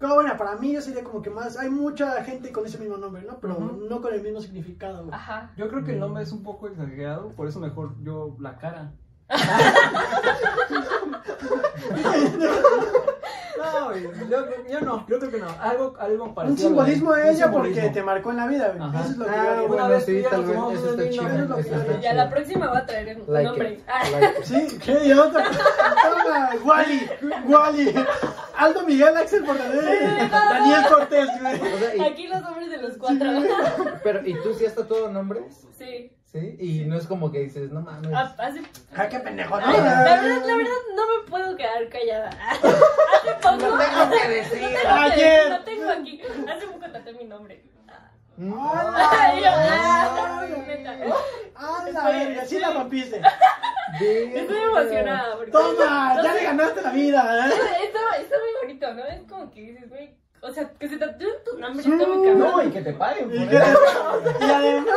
No, bueno, para mí yo sería como que más. Hay mucha gente con ese mismo nombre, ¿no? Pero Ujú. no con el mismo significado. güey. Ajá. Yo creo que el nombre es un poco exagerado, por eso mejor yo la cara. no, güey, yo, yo no, yo creo que no. Algo, algo Un parecido. simbolismo güey. a Un ella simbolismo. porque te marcó en la vida, güey. Ajá. Eso es lo que yo Ah, haría. bueno, Una vez que sí, ya tal nos vez. tomamos Eso un está es vino, chido. lo que Eso yo está haría. Ya la chido. próxima va a traer un Like nombre. it, Ah, like it. Sí, ¿qué? Y otra. Toma, Wally, Wally. Aldo Miguel Axel Portadero. Daniel Cortés, güey. O sea, y- aquí los nombres de los cuatro. pero, ¿y tú sí has tatuado nombres? Sí. Sí. Y no es como que dices, no mames. Ah, hace- Ah, qué pendejo. Ay, la verdad, la verdad, no me puedo quedar callada. Hace poco. No tengo que decir. Ayer. No tengo aquí. Hace poco traté mi nombre. Mm. Ay, yo- ¡Hala! neta. ¡Hala, verga! Sí la rompiste. Estoy emocionada porque. Toma, no ya sé, le ganaste la vida. ¿eh? Está, está muy bonito, ¿no? Es como que dices, güey. O sea, que se tatúen tu nombre. Sí. Está muy cabrón. No, y que te paguen. Y por que- eso. y además,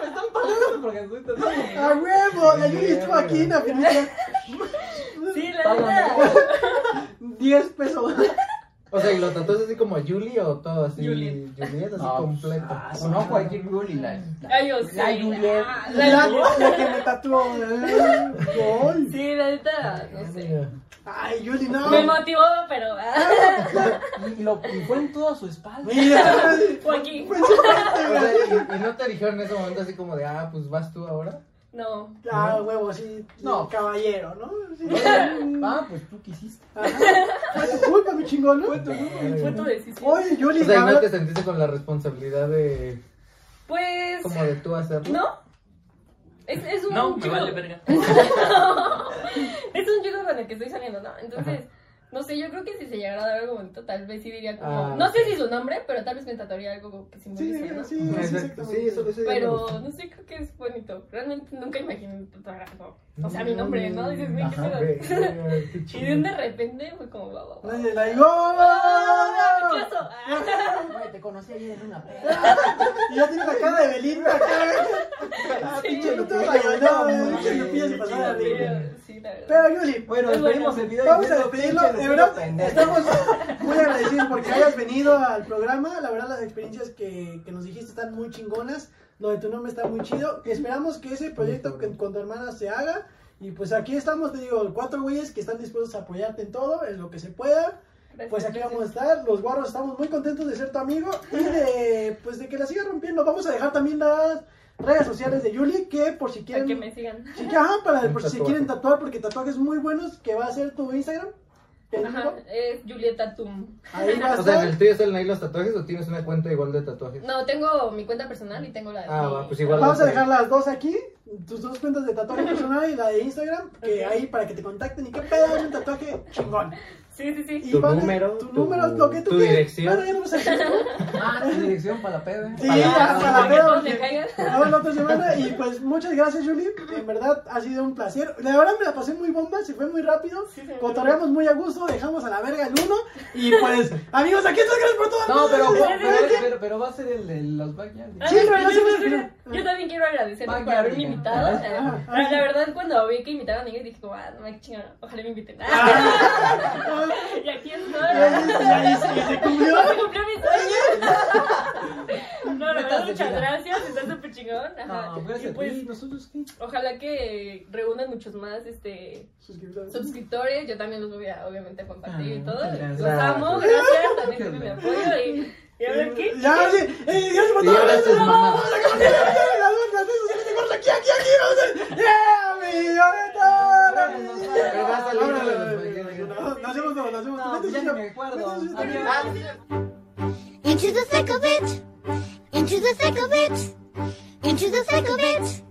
Me están pagando porque estoy tatuado. a huevo, la Yuri estuvo aquí en la finita. Sí, la Págame. verdad. 10 pesos. O sea, ¿y lo tatuas así como Julie o todo así? Julie. Juliet, así Ah, completo. Ah, su- no, cualquier Yuli, la, la- Ay, yo sí. La Juliet. Ah, la La, Juliet. la que me tatuó. ¿eh? Gol. Sí, la neta, no sé. Ay, Yuri, no. Me motivó, pero. ah, y, y lo, y fue en toda su espalda. Mira, Fue aquí. fue en su parte, O güey. sea, ¿y, y no te dijeron en ese momento así como de, ah, pues vas tú ahora? No. Ah, huevo, sí. No. Caballero, ¿no? Sí. Ah, pues tú quisiste. Ajá. Fue tu culpa, mi chingón, ¿no? Fue tu decisión. Oye, Yuli, O sea, la ¿y no te verdad- sentiste con la responsabilidad de, Pues. como de tú hacerlo? ¿No? Es, es un No, me chico. vale verga. Es un chico con el que estoy saliendo, ¿no? Entonces, no sé, yo creo que si se llegara a dar algo bonito, tal vez sí diría como. Ah, no sé si su nombre, pero tal vez me tatuaría algo como que Sí, simbolice, ¿no? sí, Ah, sí, exacto. Sí, eso, exactamente. eso ya me Pero gustó. no sé, creo que es bonito. Realmente nunca imaginé tatuar algo. O sea, mi nombre, ¿no? Dices, güey, Ajá, ¿qué pedo? güey, qué Y de, chido. de repente fue como, guau, guau, guau. Nadie la dijo. ¡Oh, qué oso! Ah. Güey, te conocí ayer en una peda. Y ya tiene la cara de Belinda acá. ¿eh? Ah, pinche Lupita Nyong'o, pinche Lupita se pasó de verga. Sí, la verdad. Pero Yuli, Bueno, Pues despedimos bueno, el video. vamos a diciendo, despedirlo. "Pinche De Lupita, verdad, pendejo". estamos muy agradecidos porque hayas venido al programa. La verdad, las experiencias que, que nos dijiste están muy chingonas. Lo de tu nombre está muy chido. Esperamos que ese proyecto que- con tu hermana se haga. Y pues aquí estamos, te digo, cuatro güeyes que están dispuestos a apoyarte en todo, en lo que se pueda. Gracias, Pues aquí gracias. vamos a estar, los guarros estamos muy contentos de ser tu amigo y de, pues de que la sigas rompiendo. Vamos a dejar también las redes sociales de Yuli que por si Para que me quieren, sigan. Sí, que, ajá, para, Un por si se tatuaje. quieren tatuar porque tatuajes muy buenos que va a ser tu Instagram. el Ajá, mismo. es Julieta Tum. Ahí va a O sea, ¿en estar. el tuyo salen ahí los tatuajes o tienes una cuenta igual de tatuajes? No, tengo mi cuenta personal y tengo la de. Ah, mi- va, pues igual. Vamos a dejar las dos aquí, tus dos cuentas de tatuaje personal y la de Instagram, que ahí para que te contacten y que pedo es un tatuaje chingón. Sí, sí, sí. Y Tu vale, número, tu tu- número, lo que tú tu quieras. dirección. Bueno, ya no vamos a decir, ¿no? Ah, tu dirección para la peda. Sí, Para- ya, para la para que peda, todos porque le caigan. nos vemos la otra semana. Y pues muchas gracias, Julie. En verdad ha sido un placer. La verdad me la pasé muy bomba, se fue muy rápido. Sí, sí. Cotorreamos muy a gusto, dejamos a la verga el uno. Y pues, amigos, aquí está gracias por todo. No, pero, Sí, pero, sí, sí. pero- pero va a ser el de los backyards. Ah, Sí, no, pero yo, no se yo- me ocurrió. yo también quiero agradecer Vaya, por haberme mira. invitado. Ajá, eh, ajá. Pero la verdad, cuando vi que invitaron a Miguel, dije, como, ah, no me chingan, ojalá me inviten. y aquí estoy. Y, y- y se cumplió. No, se cumplió mi sueño. No, la verdad, Metas de muchas vida. gracias, está súper chingón. Ajá. No, y gracias a ti. pues, ¿Nosotros qué? ojalá que reúnan muchos más este suscriptores. Yo también los voy a, obviamente, a compartir y Ah, todo. gracias. Los amo, gracias. También tienen mi apoyo. Y, y a ver qué. Ya, sí. Eh, gracias por Y todo. ahora Vamos haces mamadas. a acabar de ver las dos, las redes sociales de Gordo. Aquí, aquí, aquí. Vamos a. ¡Yeah, mi Violeta! Pero va a salir uno de los backyards. No, no hacemos todo, no hacemos todo. No, Métete ya ni una- me acuerdo. métete una- Adiós. Into the thick of it. Into the thick of it. Into the thick of it.